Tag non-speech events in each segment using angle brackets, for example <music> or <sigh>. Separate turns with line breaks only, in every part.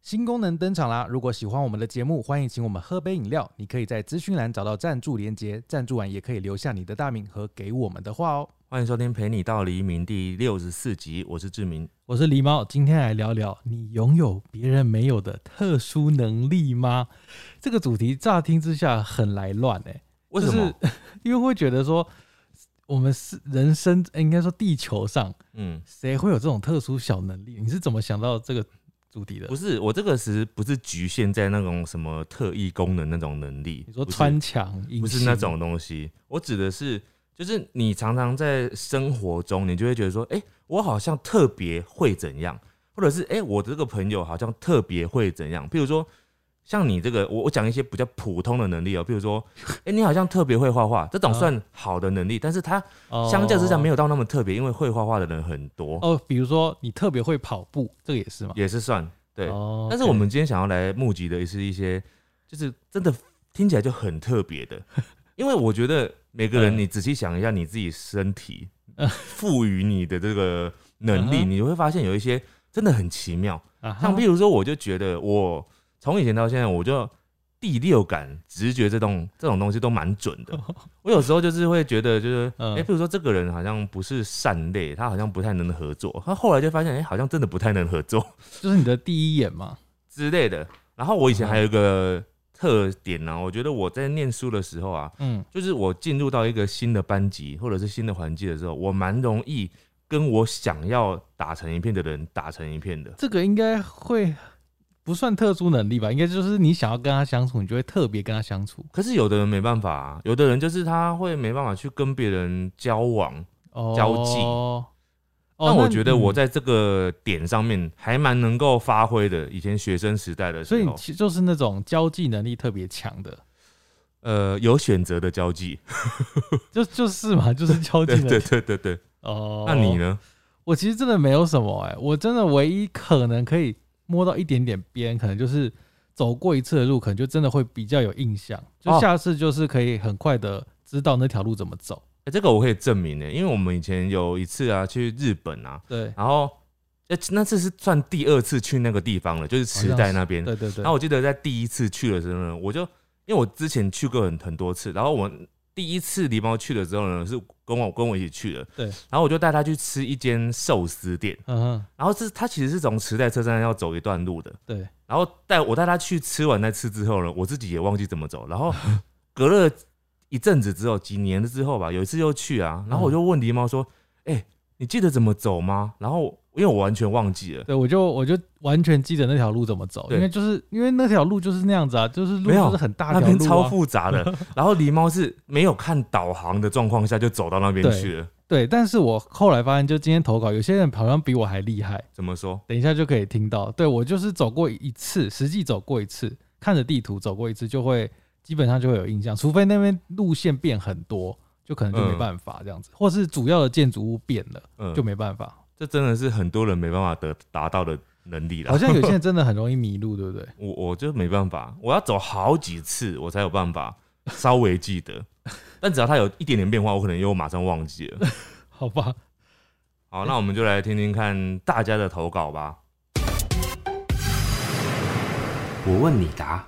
新功能登场啦！如果喜欢我们的节目，欢迎请我们喝杯饮料。你可以在资讯栏找到赞助连结，赞助完也可以留下你的大名和给我们的话哦。
欢迎收听《陪你到黎明》第六十四集，我是志明。
我是狸猫，今天来聊聊你拥有别人没有的特殊能力吗？这个主题乍听之下很来乱哎、
为什么？
就是、因为会觉得说我们是人生，呃应该说地球上 <laughs>
嗯，
谁会有这种特殊小能力？你是怎么想到这个主题的
不？是，我这个其实不是局限在那种什么特异功能那种能力。
你说
不是
穿墙，
不是那种东西，我指的是，就是你常常在生活中，你就会觉得说，哎、我好像特别会怎样，或者是哎、诶我的这个朋友好像特别会怎样。譬如说，像你这个，我我讲一些比较普通的能力哦、譬如说，哎、你好像特别会画画，这种
啊
算好的能力，但是它
哦，
相较之下没
有
有到那么特别，因为会画画的人很多，
哦。比如说你特别会跑步，这个也是嘛？
也是算对。
哦，
但是我们今天想要来募集的是一些，就是真的听起来就很特
<laughs>
别的，因为我觉得每个人
嗯
你仔细想一下你自己身体
嗯
赋予你的
<laughs>
这个能力，
嗯哼
你会发现有一些真的很奇妙。
啊哈
像譬如说，我就觉得我从以前到现在，我就第六感、直觉这种这种东西都蛮准的。我有时候就是会觉得，就是哎、
嗯
诶譬如说这个人好像不是善类，他好像不太能合作。他后来就发现，哎、好像真的不太能合作。 <laughs>
就是你的第一眼嘛。
之类的。然后我以前还有一个特点呢、我觉得我在念书的时候啊，
嗯，
就是我进入到一个新的班级或者是新的环境的时候，我蛮容易跟我想要打成一片的人打成一片的。
这个应该会不算特殊能力吧？应该就是你想要跟他相处，你就会特别跟他相处。
可是有的人没办法、啊，有的人就是他会没办法去跟别人交往。
哦，
交际
哦，嗯
但我觉得我
在，
在这个点上面还蛮能够发挥的。以前学生时代的时
所以你
候，
其就是那种交际能力特别强的，
呃，有选择的
<laughs>
交际，
就就是嘛，就是交际
对
能
对
力。
对对对。
哦，
那你？呢？
我其实真的没有什么哎、我真的唯一可能可以摸到一点点边，可能就是走过一次的路，可能就真的会比较有印象，就
哦
下次就是可以很快的知道那条路怎么走。
欸、这个我可以证明的，因为我们以前有一次啊去日本啊，
对，
然后呃那次是算第二次去那个地方了，就是池袋那边。
哦对对对
然后。我记得在第一次去的时候呢，我就因为我之前去过很很多次，然后我第一次狸猫去的时候呢，是跟我跟我一起去的，
对
然后我就带他去吃一间寿司店，
嗯哼，
然后是他其实是从池袋车站要走一段路的，
对，
然后带我带他去吃完那次之后呢，我自己也忘记怎么走。
<laughs>
然后隔了一阵子之后，几年之后吧，有一次又去啊，然后我就问狸猫说：“哎、你记得怎么走吗？”然后因为我完全忘记了，
对，我就我就完全记得那条路怎么走，
对
因为就是因为那条路就是那样子啊，就是路
没有
就是很大
那
条
边
路
超
啊，
复
<laughs>
杂的。然后狸猫是没有看导航的状况下就走到那边
对
去了。
对。但是我后来发现，就今天投稿，有些人好像比我还厉害，
怎么说？
等一下就可以听到。对我就是走过一次，实际走过一次，看着地图走过一次，就会基本上就会有印象，除非那边路线变很多，就可能就没
嗯
办法这样子，或是主要的建筑物变了，
嗯，
就没办法。
这真的是很多人没办法得达到的能力
好
了。
像有些人真的很容易迷路，对不对？
我我就没办法，我要走好几次我才有办法稍微记
<laughs>
得。但只要它有一点点变化，我可能又马上忘记
<laughs>
了。
<laughs> 好吧，
好，那我们就来听听看大家的投稿吧。
我问你答。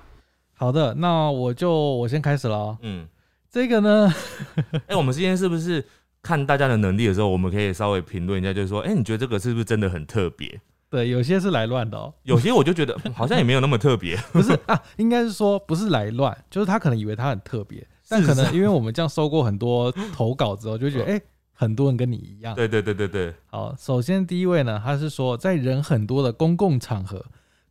好的，那我就我先开始了哦。
嗯，
这个呢，
哎、我们今天是不是看大家的能力的时候，我们可以稍微评论一下，就是说，哎、你觉得这个是不是真的很特别？
对，呃有些是来乱的哦，
有些我就觉得嗯好像也没有那么
<laughs>
特别。
不是啊，应该是说不是来乱，就是他可能以为他很特别，但
是
可能
是
因为我们这样收过很多投稿之后，就会觉得哎、诶很多人跟你一样。
对对对对对，
好，首先第一位呢，他是说在人很多的公共场合，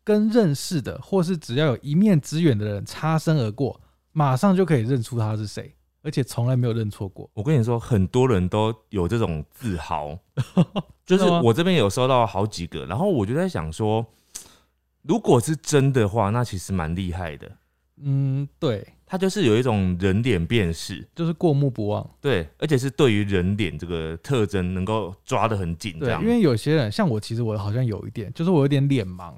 跟认识的或是只要有一面之缘的人擦身而过，马上就可以认出他是谁，而且从来没有认错过。
我跟你说，很多人都有这种自豪， <laughs> 就
<laughs>
是
真的吗
我这边有收到好几个，然后我就在想说，如果是真的话，那其实蛮厉害的。
嗯，对，
他就是有一种人脸辨识，
就是过目不忘。
对，而且是对于人脸这个特征能够抓得很紧，嗯这
对，
样。
因为有些人像我，其实我好像有一点，就是我有点脸盲，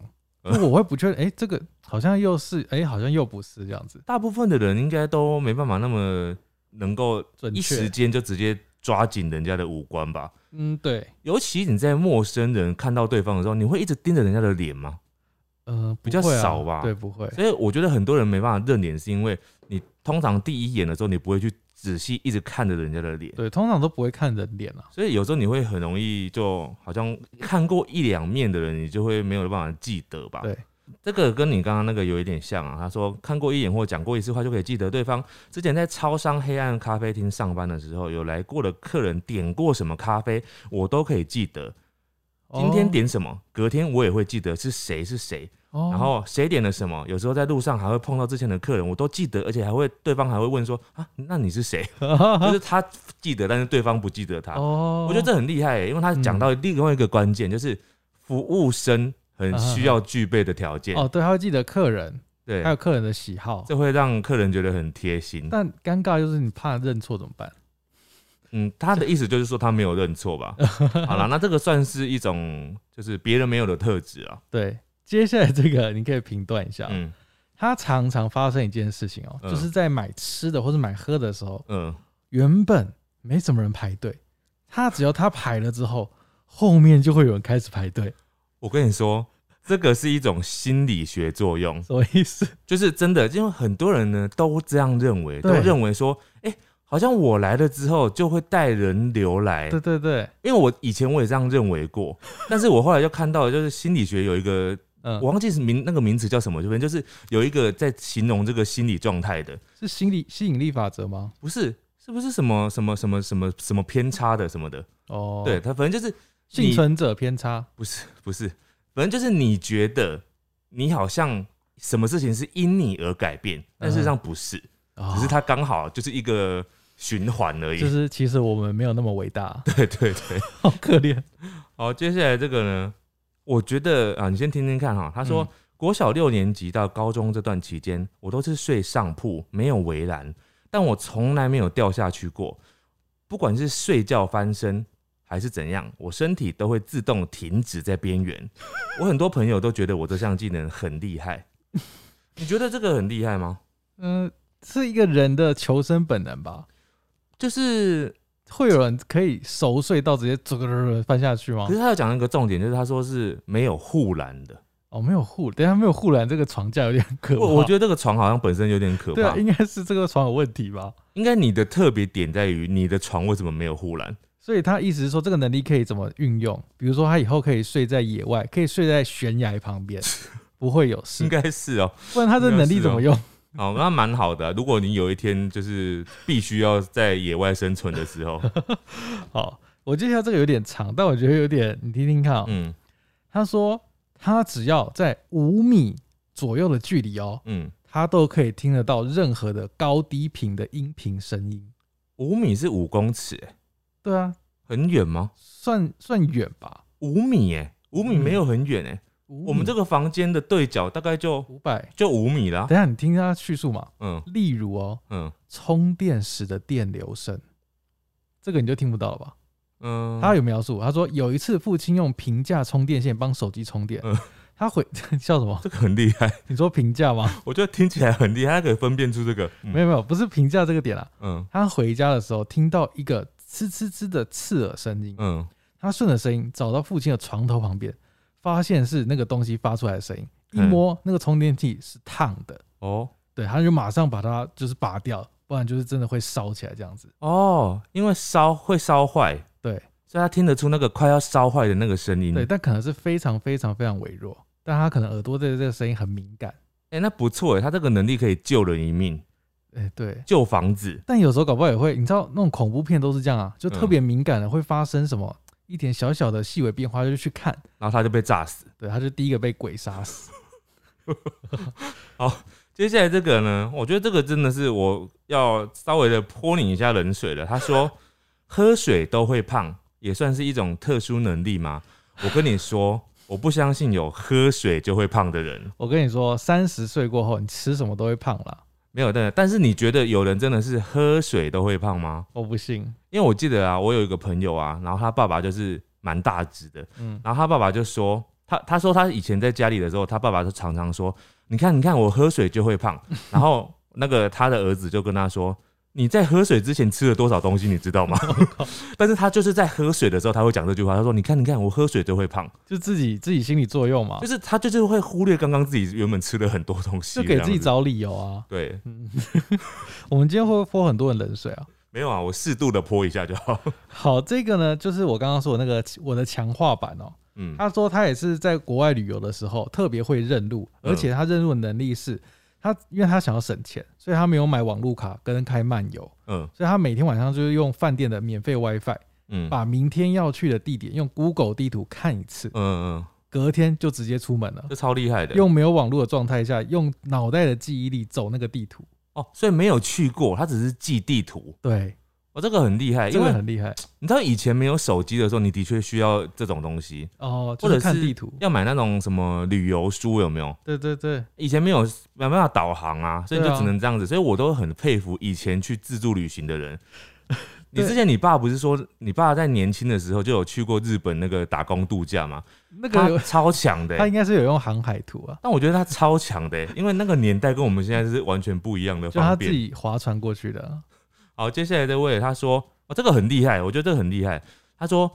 嗯
就我会不确定，哎、这个好像又是，哎、好像又不是这样子，
大部分的人应该都没办法那么能够
准
一时
确。
间就直接抓紧人家的五官吧。
嗯，对，
尤其你在陌生人看到对方的时候，你会一直盯着人家的脸吗？
呃，
比较
不会啊
少吧
对，不会，
所以我觉得很多人没办法认脸，是因为你通常第一眼的时候，你不会去仔细一直看着人家的脸，
对，通常都不会看人脸啊。
所以有时候你会很容易就好像看过一两面的人，你就会没有办法记得吧？
对，
这个跟你刚刚那个有一点像啊。他说看过一眼或讲过一次话就可以记得对方。之前在超商黑暗咖啡厅上班的时候，有来过的客人点过什么咖啡，我都可以记得。今天点什么，隔天我也会记得是谁是谁，
哦，
然后谁点了什么。有时候在路上还会碰到之前的客人，我都记得，而且还会对方还会问说啊，那你是谁？
<laughs>
就是他记得，但是对方不记得他。
啊哦，
我觉得这很厉害、欸，因为他讲到另外一个关键，就是服务生很需要具备的条件。
哦，对，他会记得客人，
对
还，有客人的喜好。
这会让客人觉得很贴
<laughs>
心。
但尴尬就是你怕认错怎么办？
嗯，他的意思就是说他没有认
<laughs>
错吧？好了，那这个算是一种就是别人没有的特质
<laughs>
啊。
对，接下来这个你可以评断一下。
嗯
它常常发生一件事情哦、
嗯
就是在买吃的或者买喝的时候，
嗯，
原本没什么人排队，他只要他排了之后，后面就会有人开始排队，
我跟你说，这个是一种心理学作用，
什么意思？
<laughs> 就是真的，因为很多人呢都这样认为，都
对
认为说，哎、好像我来了之后就会带人流来，
对对对，
因为我以前我也这样认为过， <laughs> 但是我后来就看到，就是心理学有一个，
嗯，
我忘记是名那个名词叫什么，就反正就是有一个在形容这个心理状态的，
是心理吸引力法则吗？
不是是不是什么什么什么什么什么偏差的什么的？
哦，
对，他反正就是
幸
你
存者偏差，
不是不是，反正就是你觉得你好像什么事情是因你而改变，但事实上不是，
哦
只是它刚好就是一个循环而已。
就是其实我们没有那么伟
<laughs>
大，
对对对。
好可
哦
怜。
好，接下来这个呢，我觉得啊，你先听听看哈。他
嗯
说，国小六年级到高中这段期间，我都是睡上铺，没有围栏，但我从来没有掉下去过。不管是睡觉翻身还是怎样，我身体都会自动停止在边缘。我很多朋友都觉得我这项技能很厉害，你觉得这个很厉害吗？
嗯、是一个人的求生本能吧？
就是，
会有人可以熟睡到直接啧啧啧 <laughs> 啧翻下去吗
可？是他要讲一个重点，就是他说是没有护栏的。
哦，没有护，等一下没有护栏，这个床架有点可怕。
我我觉得这个床好像本身有点可怕。
对啊，应该是这个床有问题吧？
应该你的特别点在于你的床为什么没有护栏？
所以他意思是说，这个能力可以怎么运用？比如说，他以后可以睡在野外，可以睡在悬崖旁
<laughs>
边，不会有
应
事。
该是哦、
不然他这能力怎么用？
好，那蛮好的啊、如果你有一天就是必须要在野外生存的时
<laughs>
候，
好，我记得这个有点长，但我觉得有点，你听听看哦。
嗯
他说，他只要在五米左右的距离哦，
嗯，
他都可以听得到任何的高低频的音频声音。
五米是五公尺、欸，
对啊，
很远吗？
算算远吧。
五米哎、五米没有很远哎、
嗯
我们这
个
个房间的对角大概就
五百，
就五米啦
等。一下你听他叙述嘛。
嗯
例如哦，
嗯
充电时的电流声，这个你就听不到了吧？
嗯，
他有描述，他说有一次父亲用平价充电线帮手机充电，
嗯
他回 <laughs> 笑什么？
这个很厉害，
你说平价吗？
我觉得听起来很厉害，他可以分辨出这个。嗯
没有没有，不是平价这个点啊。
嗯
他回家的时候听到一个呲呲呲的刺耳声音，
嗯，
他顺着声音找到父亲的床头旁边，发现是那个东西发出来的声音，一
嗯
摸那个充电器是烫的，
哦
对，他就马上把它就是拔掉，不然就是真的会烧起来这样子。
哦，因为烧会烧坏，
对
所以他听得出那个快要烧坏的那个声音。
对，但可能是非常非常非常微弱，但他可能耳朵对这个声音很敏感。
哎、那不错哎，他这个能力可以救人一命，
哎、对，
救房子。
但有时候搞不好也会，你知道那种恐怖片都是这样啊，就特别敏感的会发生什么一点小小的细微变化就去看，
然后他就被炸死。
对，他就第一个被鬼杀死。
接下来这个呢，我觉得这个真的是我要稍微的泼你一下冷水了。
<laughs>
他说喝水都会胖，也算是一种特殊能力吗？我跟你说，我不相信有喝水就会胖的人。
我跟你说，三十岁过后你吃什么都会胖啦，
没有，但但是你觉得有人真的是喝水都会胖吗？
我不信。
因为我记得啊，我有一个朋友啊，然后他爸爸就是蛮大只的，
嗯，
然后他爸爸就说，他他说他以前在家里的时候，他爸爸就
<laughs>
常常说，你看你看我喝水就会胖。然后那个他的儿子就跟他说，你在喝水之前吃了多少东西，你知
<laughs>
道吗？ <laughs> 但是他就是在喝水的时候，他会讲这句话。他说：“你看，你看，我喝水就会胖。
就自己自己心理作用”嘛
就，是他就是会忽略刚刚自己原本吃了很多东西，
就给自己
这样子。
找理由啊。
对，
我们今天会不会泼很多人冷水啊？
没有啊，我适度的泼一下就好。 <laughs>
好，这个呢，就是我刚刚说的那个我的强化版哦、
嗯，
他说他也是在国外旅游的时候特别会认路，
嗯
而且他认路的能力是，他因为他想要省钱，所以他没有买网路卡跟开漫游，
嗯
所以他每天晚上就是用饭店的免费 WiFi，
嗯嗯
把明天要去的地点用 Google 地图看一次，
嗯，
隔天就直接出门了
这。超厉害的。
用没有网络的状态下，用脑袋的记忆力走那个地图，
哦，所以没有去过，他只是记地图。
对，
哦，这个很厉害，
真
因
的
为
很厉害
你知道以前没有手机的时候，你的确需要这种东西，
哦。就
或者
是
是
看地图，
要买那种什么旅游书有没有？
对对对，
以前没有没办法导航啊，所以你
对
就
啊
只能这样子。所以我都很佩服以前去自助旅行的
<laughs>
人。你
对
之前你爸不是说你爸在年轻的时候就有去过日本那个打工度假吗？
那
他
个
超强
<laughs>
的、
他
欸
应，该是有用航海图啊，
但我觉得他超强的、欸，因为那个年代跟我们现在是完全不一样的
就他
方
自
便。
己划船过去的啊。
好，接下来这位他说，哦，这个很厉害，我觉得这个很厉害。他说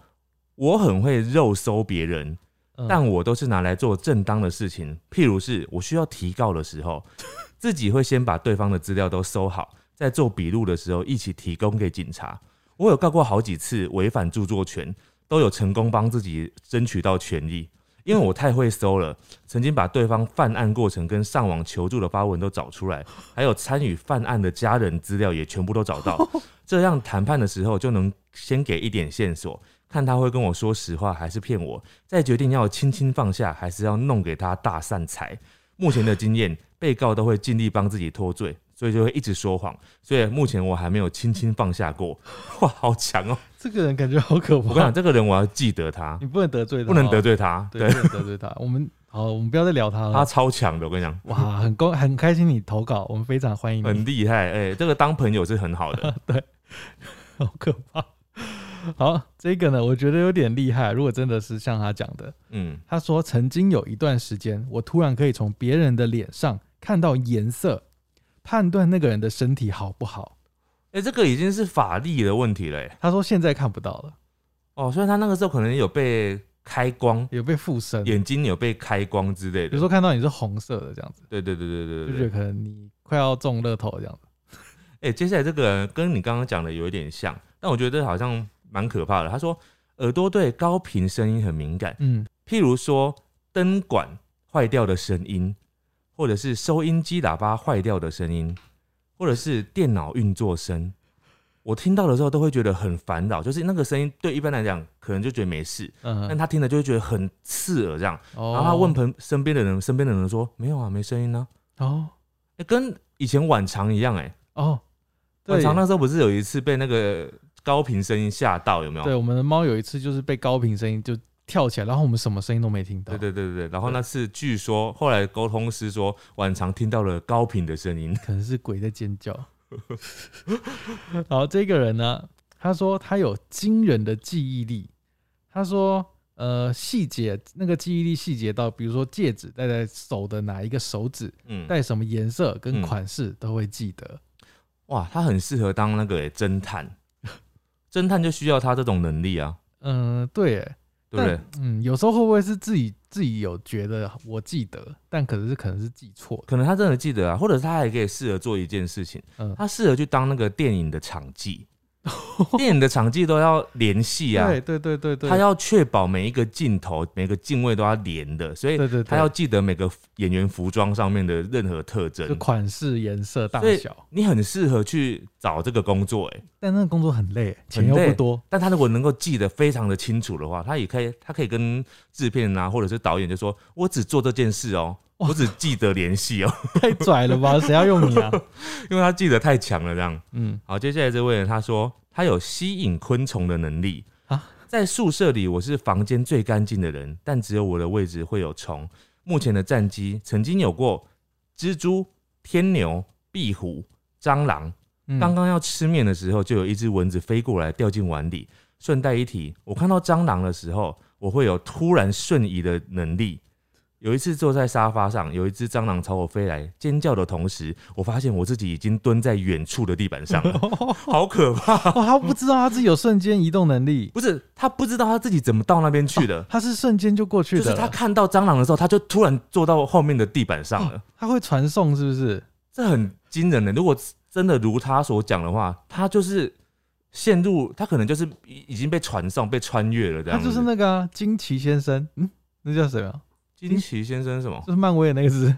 我很会肉搜别人，
嗯
但我都是拿来做正当的事情，譬如是我需要提告的时候，自己会先把对方的资料都收好，在做笔录的时候一起提供给警察。我有告过好几次违反著作权，都有成功帮自己争取到权益，因为我太会搜了，曾经把对方犯案过程跟上网求助的发文都找出来，还有参与犯案的家人资料也全部都找到，这样谈判的时候就能先给一点线索，看他会跟我说实话还是骗我，再决定要轻轻放下，还是要弄给他大善财。目前的经验，被告都会尽力帮自己脱罪，所以就会一直说谎。所以目前我还没有轻轻放下过。 <laughs> 哇，好强哦！
这个人感觉好可
我跟你
怕
讲，，这个人我要记得他
你，不能得罪他，啊
不能得，罪他。
对，
对，
不能得罪他。 <laughs> 我们好，我们不要再聊他
他
了。
超强的，我跟你讲，
哇，很高，很开心你投稿，我们非常欢迎
很
你，
厉害。哎、这个当朋友是很
<laughs>
好的。
好可怕。好，这个呢，我觉得有点厉害。如果真的是像他讲的，
嗯，
他说曾经有一段时间，我突然可以从别人的脸上看到颜色，判断那个人的身体好不好。
哎、这个已经是法力的问题了、哎
他说现在看不到了，
哦，所以他那个时候可能有被开光，
有被附身，比
眼睛有被开光之类
如
的。
说看到你是红色的这样子，
对对对对对
就
对
觉
对
得。可能你快要中乐透这样子。
哎、接下来这个人跟你刚刚讲的有一点像，但我觉得好像蛮可怕的。他说耳朵对高频声音很敏感，
嗯，
譬如说灯管坏掉的声音，或者是收音机喇叭坏掉的声音，或者是电脑运作声。我听到的时候都会觉得很烦扰，就是那个声音对一般来讲可能就觉得没事，但
嗯，哦
他听了就会觉得很刺耳这样。
然
然后他问朋身边的人，身边的人说没有啊，没声音呢、
哦
哎，跟以前晚常一样哎、
哦，
晚
对
常那时候不是有一次被那个高频声音吓到，有没有？
对，我们的猫有一次就是被高频声音就跳起来，然后我们什么声音都没听到。
对对对对对然后
对
那次据说后来沟通师说，晚常听到了高频的声音。
可能是鬼在尖叫。 <laughs> 然后这个人呢，他说他有惊人的记忆力。他说，呃，细节那个记忆力细节到，比如说戒指戴在手的哪一个手指，
嗯，
戴什么颜色跟
嗯
款式都会记得。
哇，他很适合当那个、欸、侦探，侦探就需要他这种能力啊，
嗯、对耶，
对不对？
但嗯，有时候会不会是自己自己有觉得我记得，但可能是可能是记错的。
可能他真的记得啊，或者是他还可以适合做一件事情，
嗯，
他适合去当那个电影的场
<laughs>
记，电影的场记都要联系啊，
对对对对对，
他要确保每一个镜头、每个镜位都要连的，所以
对对对
他要记得每个演员服装上面的任何特
就
征。
款式、颜色、大
所以
小，
你很适合去找这个工作、欸，
但那个工作很累，钱又
累
不多。
但他如果能够记得非常的清楚的话，他也可以，他可以跟制片啊，或者是导演就说：“我只做这件事哦、我只记得联系哦，
太拽了吧？谁要用你啊？
因为他记得太强了。”这样，
嗯，
好，接下来这位人他说他有吸引昆虫的能力
啊
在宿舍里，我是房间最干净的人，但只有我的位置会有虫。目前的战绩曾经有过蜘蛛、天牛、壁虎、蟑螂。
嗯
<laughs> 刚刚要吃面的时候，就有一只蚊子飞过来掉进碗里。顺带一提，我看到蟑螂的时候，我会有突然瞬移的能力。有一次坐在沙发上，有一只蟑螂朝我飞来，尖叫的同时，我发现我自己已经蹲在远处的地板上了，
<laughs>
好可怕！
哦，他不知道他自己有瞬间移动能力，
不是他不知道他自己怎么到那边去的，
他是瞬间就过去
就
哦的
是
了，
他看到蟑螂的时候，他就突然坐到后面的地板上了，
他会传送是不是？
这很惊人的。如果真的如他所讲的话，他就是陷入，他可能就是已已经被传送、被穿越了这
他
样子。
就是那个啊惊奇先生，嗯，那叫谁啊？
惊奇先生什么
就？是漫威的那个只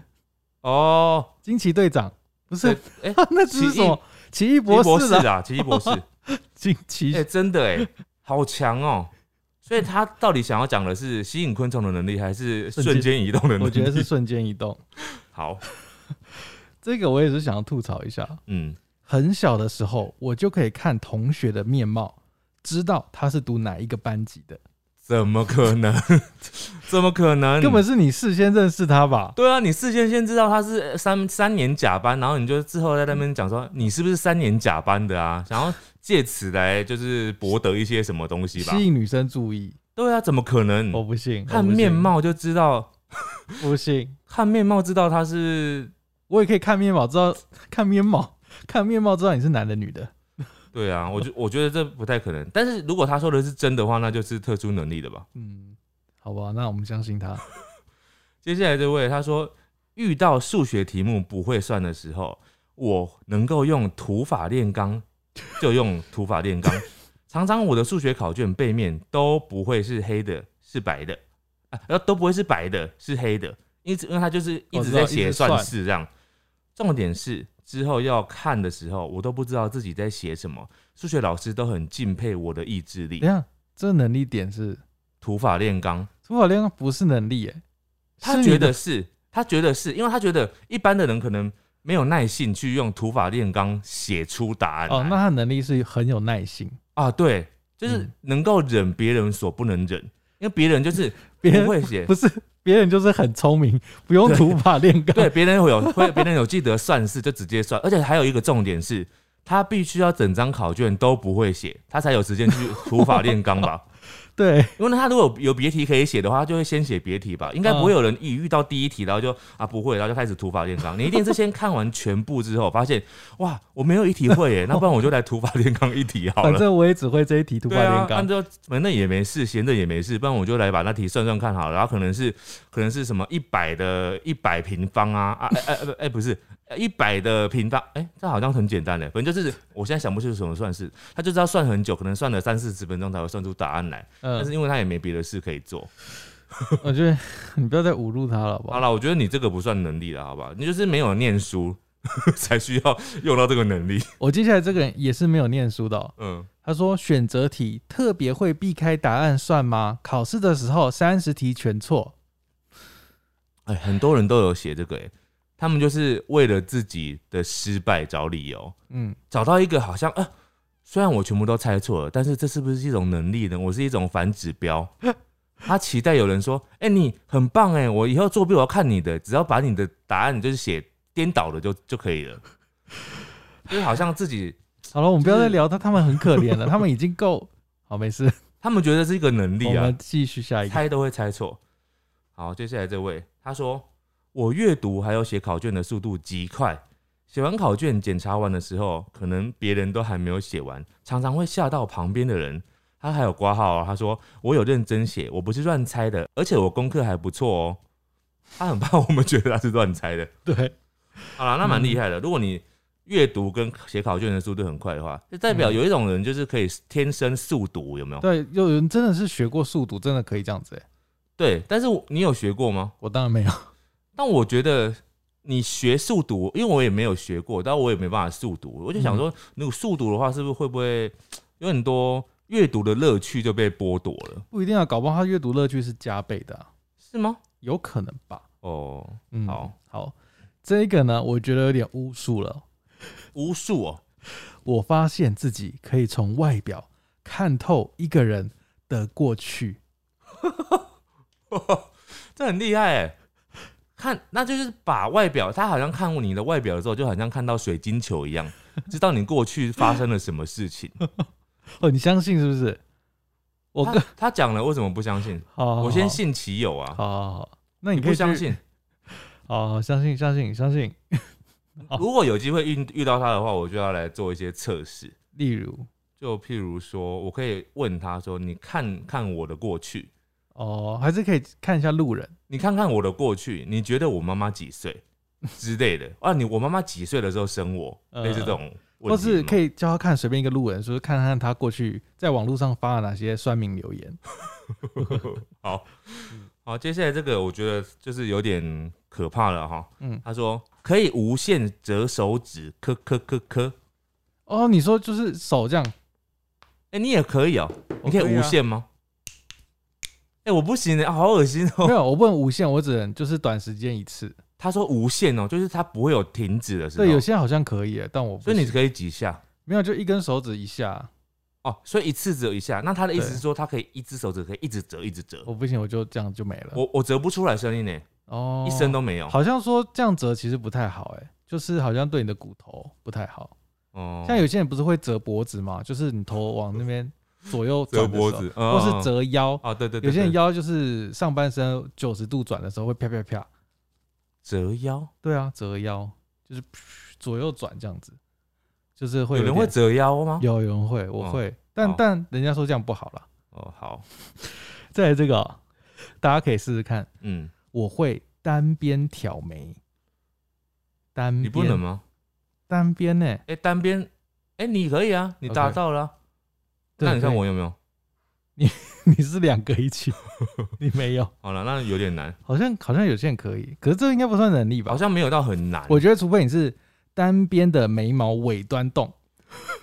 哦，
惊奇队长，不是？
对
<laughs>
哎
那只是什么？奇异
奇异博
士啊，
啊，奇异博士，
惊奇 <laughs>
哎、真的哎、好强哦、所以他到底想要讲的是吸引昆虫的能力，还是瞬间移动的能力？
我觉得是瞬间移
<laughs>
动。
好，
这个我也是想要吐槽一下。
嗯，
很小的时候，我就可以看同学的面貌，知道他是读哪一个班级的，
怎么可能？ <laughs> 怎么可能？
根本是你事先认识他吧？
对啊，你事先先知道他是呃三三年甲班，然后你就之后在那边讲说你是不是三年甲班的啊，想要借此来就是博得一些什么东西吧
吸？引女生注意，
对啊，怎么可能？
我不信。
看
我不信
面貌就知道，
哦不信，
看面貌知道他是
我也可以看面貌，知道 <laughs> 看面貌，看面貌知道你是男的女的。
对啊，我觉我觉得这不太可能。但是如果他说的是真的话，那就是特殊能力的吧。
嗯，好吧，那我们相
<laughs>
信他。
接下来这位他说，遇到数学题目不会算的时候，我能够用土法炼钢，就用土法炼钢。常常我的数学考卷背面都不会是黑的，是白的啊，呃都不会是白的，是黑的，因此因为他就是一
我
直
知道
在
一
写
直
算
算
式这样。重点是之后要看的时候，我都不知道自己在写什么。数学老师都很敬佩我的意志力
等一，下，这能力点是
土法炼钢。
土法炼钢不是能力耶、
他
是
觉
你的
得是，他觉得是因为他觉得一般的人可能没有耐性去用土法炼钢写出答案来。
哦，那他能力是很有耐心，
啊，对，就是
嗯
能够忍别人所不能忍，因为别人就是
<laughs> 别人
不会写
不，是别人就是很聪明，不用土法炼钢。
对，别人会有会别人有记得算式就直接算，而且还有一个重点是。他必须要整张考卷都不会写，他才有时间去土法炼钢吧？
对
因为他如果有别题可以写的话，他就会先写别题吧。应该不会有人一遇到第一题，然后就啊不会，然后就开始土法炼钢。你一定是先看完全部之后，发现哇，我没有一题会耶，那不然我就来土法炼钢一题好
反 <laughs>
了。
正我也只会这一题土法
对啊
炼，
按
钢。
照反正也没事，闲着也没事，不然我就来把那题算算看好了。然后可能是可能是什么一百的一百平方啊啊哎哎哎哎不是一百的平方，哎、这好像很简单嘞。反正就是我现在想不清楚什么算式，他就是要算很久，可能算了三四十分钟才会算出答案来。但是
嗯，
因为他也没别的事可以做。
我觉得你不要再侮辱他了，好不
好
好？
了，我觉得你这个不算能力了，好吧？你就是没有念书 <laughs> 才需要用到这个能力。
我接下来这个人也是没有念书的哦、
嗯，
他说选择题特别会避开答案算吗？考试的时候三十题全错，
哎，很多人都有写这个、哎，他们就是为了自己的失败找理由，
嗯，
找到一个好像啊，虽然我全部都猜错了，但是这是不是一种能力呢？我是一种反指标。他期待有人说：“哎、你很棒哎、我以后作弊我要看你的，只要把你的答案就是写颠倒了就就可以了。”就是好像自己
好了，我们不要
就
再
是
聊他，他们很可
<laughs>
怜了，他们已经够好，没事，
他们觉得是一个能
我
力啊，
们继续下一个。
猜都会猜错。好，接下来这位他说，我阅读还有写考卷的速度极快，写完考卷检查完的时候，可能别人都还没有写完，常常会吓到旁边的人。他还有挂号、哦，他说我有认真写，我不是乱猜的，而且我功课还不错哦。他很怕我们觉得他是乱猜的。 <laughs>
对，
好了，那蛮厉
嗯
害的。如果你阅读跟写考卷的速度很快的话，就代
嗯
表有一种人就是可以天生速读，有没有？
对，有人真的是学过速读，真的可以这样子、欸。
对，但是我你有学过吗？
我当然没有，
但我觉得你学速读，因为我也没有学过，但我也没办法速读。我就
嗯
想说，如果速读的话，是不是会不会有很多阅读的乐趣就被剥夺了？
不一定要啊搞不好他阅读乐趣是加倍的啊、
是吗？
有可能吧。
哦，
嗯，
好
好，这个呢，我觉得有点巫术了。
无数哦，
我发现自己可以从外表看透一个人的过去，
这很厉害哎。看，那就是把外表，他好像看过你的外表的时候，就好像看到水晶球一样，知道你过去发生了什么事情。
哦，你相信是不 <laughs> 是？我
他
跟
他讲了，为什么不相信？
好好，
我先
好，
信其有啊。
好好好，那你
你
可以
不
去
相信？
哦，相信相信相信。好
如果有机会遇遇到他的话，我就要来做一些测试。
例如，
就譬如说，我可以问他说：“你看看我的过去，
哦，还是可以看一下路人，
你看看我的过去，你觉得我妈妈几岁 <laughs> 之类的啊？你我妈妈几岁的时候生我，
呃
类似这种问
或
题
是可
以
以叫他看随便一个路人，说看看他过去在网络上发了哪些酸民留言。
好。好，接下来这个我觉得就是有点可怕了哈。
嗯，
他说可以无限折手指，磕磕磕磕。
哦，你说就是手这样，
哎、你也可以哦、
我
你可以
可以啊
无限吗？哎、我不行的、啊好恶心哦、
没有，我问无限，我只能就是短时间一次。
他说无限哦、就是它不会有停止的时候。
对，有些好像可以耶，但我不
所以你
行
可以几下
没有就一根手指一下，
哦，所以一次只有一下。那他的意思
对哦
是说，他可以一只手指可以一直折，一直折。
我不行，我就这样就没了。
我我折不出来声音呢，
哦，
一声都没有。
好像说这样折其实不太好，哎，就是好像对你的骨头不太好。
哦
像有些人不是会折脖子嘛，就是你头往那边左右
折
转的时候
脖子，
或
或
是折腰。
啊，对对对，
有些人
对
腰就是上半身九十度转的时候会啪啪啪，
折腰，
对啊，折腰就是噗左右转这样子，就是会
有人
点
会折腰吗？
有有人会，我
哦
会，但
好
但人家说这样不好啦。
哦，好，
再来这个哦、大家可以试试看，
嗯，
我会单边挑眉，单边
你不能吗？
单边呢、
哎，单边，哎，你可以啊，你
OK
达到了啊。那
对
你看，
对
我有没有？
<laughs> 你是两个一起， <laughs> 你没有，
好了，那有点难，
好像好像有些人可以，可是这应该不算能力吧
好？像没有到很难。
我觉得除非你是单边的眉毛尾端动，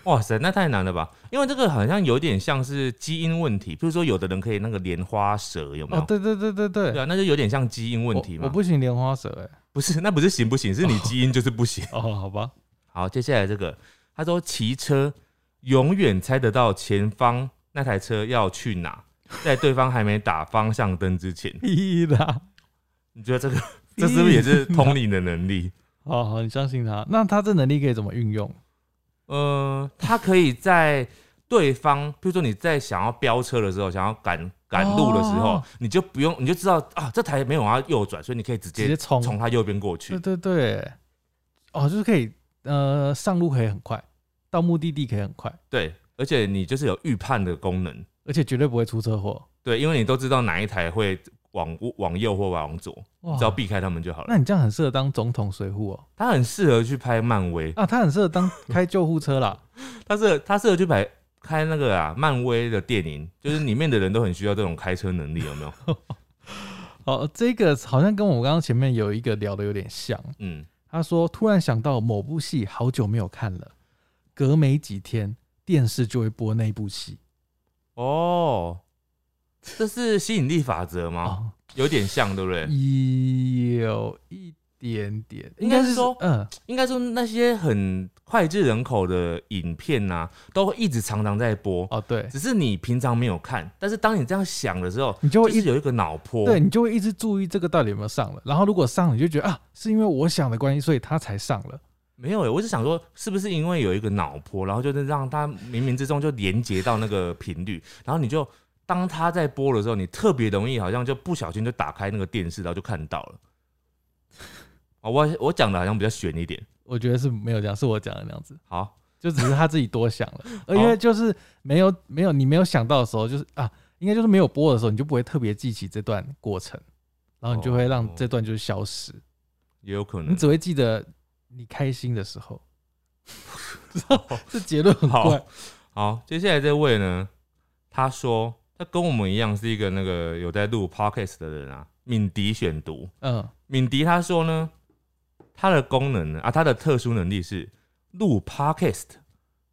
哇塞，那太难了吧？因为这个好像有点像是基因问题，比如说有的人可以那个莲花舌，有没
哦
有？，
对对对对对，
对啊，那就有点像基因问
我
题嘛。
我不行莲花舌哎、
不是，那不是行不行，是你基因就是不行。
哦，好吧，。
好，接下来这个，他说骑车永远猜得到前方那台车要去哪，在对方还没打方向灯之前
屁啦，
你觉得这个这是不是也是 <laughs> 嗯通灵的能力？
好哦好，你相信他，那他这能力可以怎么运用？
呃，他可以在对方，比如说你在想要飙车的时候，想要赶赶路的时候，
哦
你就不用，你就知道啊，这台没有要右转，所以你可以直
直
接
接冲，
从他右边过
对
去。
对对，哦，就是可以，呃，上路可以很快，到目的地可以很快，
对，而且你就是有预判的功能。
而且绝对不会出车祸。
对，因为你都知道哪一台会往往右或往左，
哇
只要避开他们就好了。
那你这样很适合当总统水户哦，
他很适合去拍漫威，
啊，他很适合
<laughs>
当开救护车啦。
他适合他适合去拍开那个啊漫威的电影，就是里面的人都很需要这种开车能力，有没有？
哦，这个好像跟我刚刚前面有一个聊的有点像。
嗯，
他说突然想到某部戏好久没有看了，隔没几天电视就会播那部戏
哦，这是吸引力法则吗？
啊，
有点像，对
嗯
不对？
有一点点，
应该是
是
说
嗯，
应该说那些很脍炙人口的影片呐、都会一直常常在播，
哦，对，
只是你平常没有看，但是当你这样想的时候，
你就
就
会一
是有一个脑波，
对你就会一直注意这个到底有没有上了，然后如果上了，你就觉得啊，是因为我想的关系，所以他才上了。
没有诶、欸我是想说，是不是因为有一个脑波，然后就是让它冥冥之中就连接到那个频率，然后你就当它在播的时候，你特别容易好像就不小心就打开那个电视，然后就看到了。哦，我我讲的好像比较悬一点。
我觉得是没有这样，是我讲的那样子，
好，
就只是他自己多想 <laughs> 了，而因为就是没有没有你没有想到的时候，就是啊，应该就是没有播的时候，你就不会特别记起这段过程，然后你就会让
哦
这段就是消失，
也有可
你
能。
只会记得你开心的时 <laughs> 候。这结论很
好
怪，
好，接下来这位呢，他说他跟我们一样是一个那个有在录 podcast 的人啊，敏迪选读。
嗯，
敏迪他说呢，他的功能呢啊，他的特殊能力是录 podcast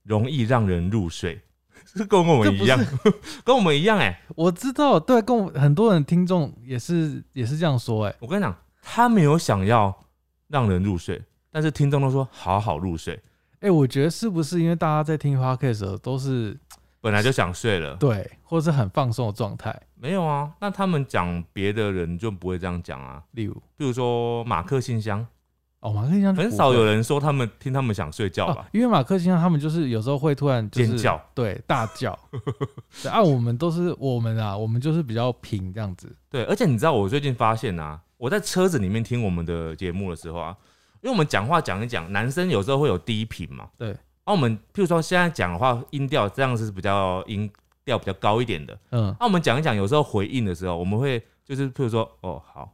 容易让人入睡， <laughs> 是跟我们一样
这，
跟我们一样哎、
我知道，对，跟我很多人听众也是也是这样说、哎，
我跟你讲，他没有想要让人入睡，但是听众都说好好入睡，
哎，我觉得是不是因为大家在听 podcast 的时候都是
本来就想睡了。
对，或是很放松的状态，
没有啊，那他们讲别的人就不会这样讲啊。
例如
比如说马克信箱，
哦，马克信箱就
很
不
少
会
有人说他们听他们想睡觉
哦
吧？，
因为马克信箱他们就是有时候会突然、就是、
尖叫，
对，大
<laughs>
叫。对啊，我们都是我们啊，我们就是比较平这样子。
对，而且你知道我最近发现啊，我在车子里面听我们的节目的时候啊，因为我们讲话讲一讲，男生有时候会有低频嘛，
对
然后我们譬如说现在讲的话，音调这样是比较音调比较高一点的。啊
嗯，
那我们讲一讲，有时候回应的时候，我们会就是譬如说，哦好，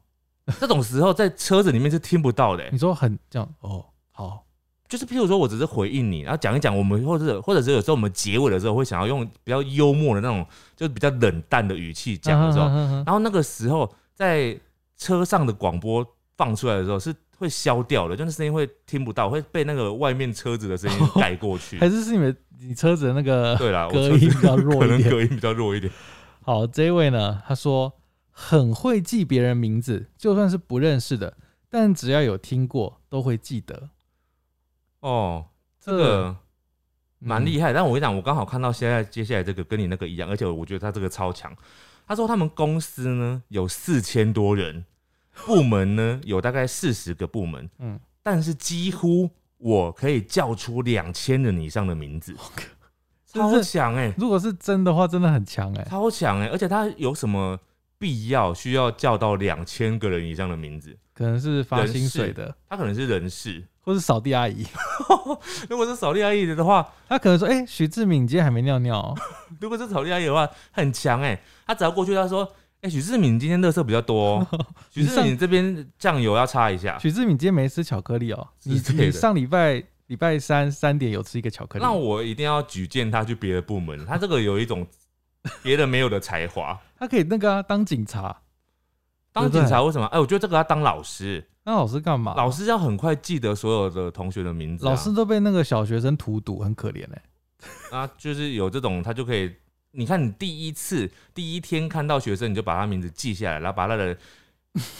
这种时候在车子里面是听不到的、欸
你说很这样哦，好，
就是譬如说我只是回应你，然后讲一讲我们，或者或者是有时候我们结尾的时候会想要用比较幽默的那种，就是比较冷淡的语气讲的时候，
嗯嗯嗯嗯
然后那个时候在车上的广播放出来的时候是会消掉的，就那声音会听不到，会被那个外面车子的声音盖过去。
哦嗯还是是你们你车子的那个
对啦，我
隔
车
音
子
比较弱
可
一
能
点。
隔音比较弱一点。
好，这一位呢，他说很会记别人名字，就算是不认识的，但只要有听过都会记得，嗯
哦，这
这
个蛮厉害。但我跟你讲，我刚好看到现在接下来这个跟你那个一样，而且我觉得他这个超强。他说他们公司呢有四千多人，部门呢有大概四十个部门，
嗯
嗯，但是几乎我可以叫出两千人以上的
<laughs>
名字，
就
超
是
强哎、
如果是真的话，真的很强哎、
超强哎、而且他有什么必要需要叫到两千个人以上的名字？
可能是发
人
薪
事
水的，
他可能是人事， <laughs>
或是扫地阿姨， <laughs>
如果是扫地阿姨的话，
他可能说，哎、徐志敏你今天还没尿尿哦、
如果是扫地阿姨的话，很强哎、他只要过去，他说：“哎、许志敏，你今天垃圾比较多、
<laughs>
哦，许志敏你这边酱油要擦一下。
徐志敏今天没吃巧克力哦、
之
你
类
你
的
上礼拜礼拜三三点有吃一个巧”克力，
那我一定要举荐他去别的部门，他这个有一种别人没有的才华。
他可以那个、啊、当警察，
当警察为什么？哎、我觉得这个要当老师，
那老师干嘛？
老师要很快记得所有的同学的名字啊、
老师都被那个小学生荼毒，很可怜哎、
啊，就是有这种，他就可以，你看你第一次第一天看到学生，你就把他名字记下来，然后把他的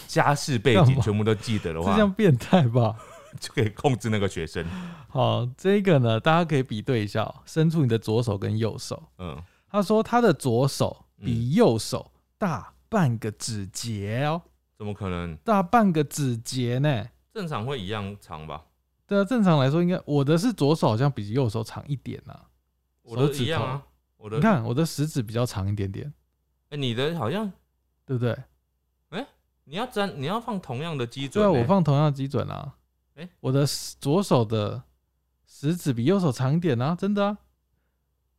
家世背
干
景
嘛
全部都记得的
这
话，
像变态吧？ <laughs>
就可以控制那个学生。
好，这个呢，大家可以比对一下、哦，伸出你的左手跟右手。
嗯，
他说他的左手比
嗯
右手大半个指节哦，
怎么可能？
大半个指节呢。
正常会一样长吧？
对啊，正常来说应该我的是左手好像比右手长一点呐、啊。
我的
手指
一样啊，我的
你，看我的食指比较长一点点，
哎你的好像
对不对？
你要粘，你要放同样的
对
基准、
啊，
欸。
我放同样的基准啊。
诶
我的食左手的食指比右手长一点啊，真的啊，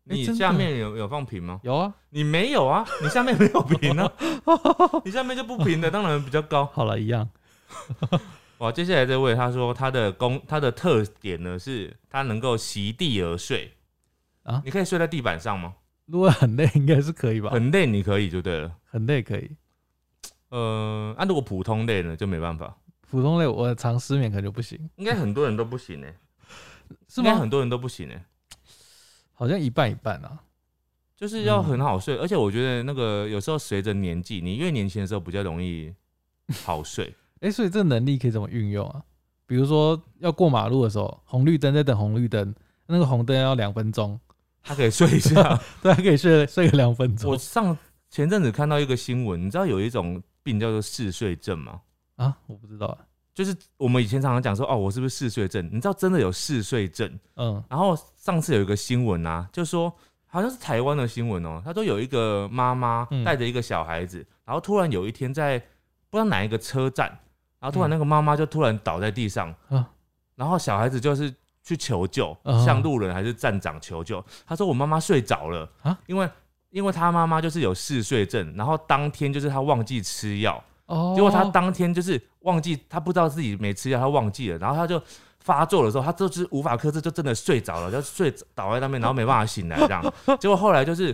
诶
你
哎真的欸
下面有有放平吗？
有啊。
你没有啊，你下面没有
<laughs>
平啊，你下面就不平的，当然比较高。
好了，一样。
哇，接下来这位他说他的功他的特点呢是他能够席地而睡
啊
你可以睡在地板上吗？
如果很累，应该是可以吧？很
很累你可以就对了。
很累可以，
呃，啊，如果普通累呢就没办法，
普通累我常失眠可能就不行，
应该很多人都不行呢、欸
<laughs> 是
应该
吗？
很多人都不行欸呢、
好像一半一半啊。
就是要很好
嗯
睡，而且我觉得那个有时候随着年纪，你越年轻的时候比较容易好睡。 <laughs>
哎、所以这能力可以怎么运用啊？比如说要过马路的时候，红绿灯在等红绿灯，那个红灯要两分钟，
他可以睡
<laughs>
一下。
对，可以睡睡个两分
我
钟
上前阵子看到一个新闻，你知道有一种病叫做嗜睡症吗？
啊？我不知道啊，
就是我们以前常常讲说，哦，我是不是嗜睡症？你知道真的有嗜睡症？
嗯
然后上次有一个新闻啊，就说好像是台湾的新闻哦，他说有一个妈妈
嗯
带着一个小孩子，然后突然有一天在不知道哪一个车站，然后突然那个妈妈就突然倒在地上，
啊
然后小孩子就是去求救，
嗯
向路人还是站长求救。他说我妈妈睡着了
啊
因为因为他妈妈就是有嗜睡症，然后当天就是他忘记吃药。
哦，
结果他当天就是忘记，他不知道自己没吃药，他忘记了，然后他就发作的时候，他就是无法克制，就真的睡着了，就睡倒在那边，然后没办法醒来这
<laughs>
样。结果后来就是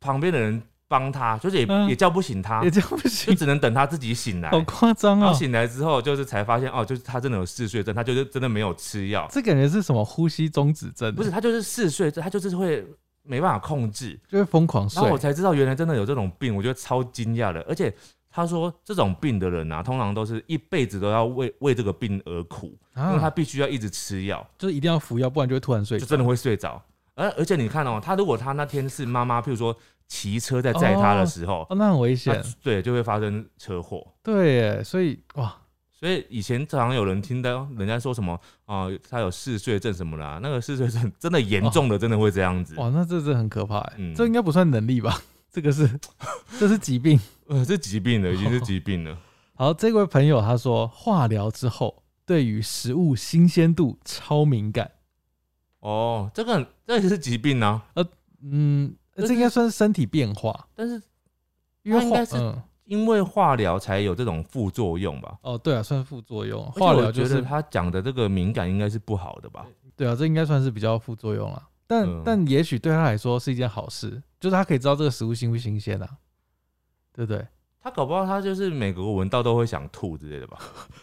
旁边的人帮他，就是也、
嗯
也叫不醒他
也，这样不
就
行，
只能等他自己醒
<laughs>
来。
好夸张
然
啊
后！醒来之后，就是才发现哦，就是他真的有嗜睡症，他就是真的没有吃药，
这感觉是什么呼吸中止症？
不是，他就是嗜睡症，他就是会没办法控制。
就会疯狂睡啊
然后我才知道原来真的有这种病，我觉得超惊讶的。而且他说这种病的人啊，通常都是一辈子都要为为这个病而苦，因为他
啊？
必须要一直吃药，
就一定要服药，不然就会突然睡
就
着。
真的会睡着。而而且你看哦，他如果他那天是妈妈，譬如说骑车在载他的时候，
哦，那很危
他
险。
对就会发生车祸。
对耶，所以哇，
所以以前常常有人听到人家说什么啊、呃他有嗜睡症什么的、啊，那个嗜睡症真的严重
哦
的，真的会这样子。
哇，那这是很可怕哎、
嗯
这应 <laughs> 该不算能力吧？这个是这是疾病。
呃，是疾病了，已经是疾病了。
好，这位朋友他说，化疗之后对于食物新鲜度超敏感。
哦，这个很这也是疾病啊，
嗯，
但
这应该算是身体变化，
但是
因为
它应
化
该是
嗯
因为化疗才有这种副作用吧？
哦，对啊，算副作用。
而且
化
我
疗就
觉得
是
他讲的这个敏感应该是不好的吧？
对啊，这应该算是比较副作用了。但、
嗯
但也许对他来说是一件好事，就是他可以知道这个食物新不新鲜啊，对不对？
他搞不好他就是每个闻到都会想吐之
<laughs>
类的吧？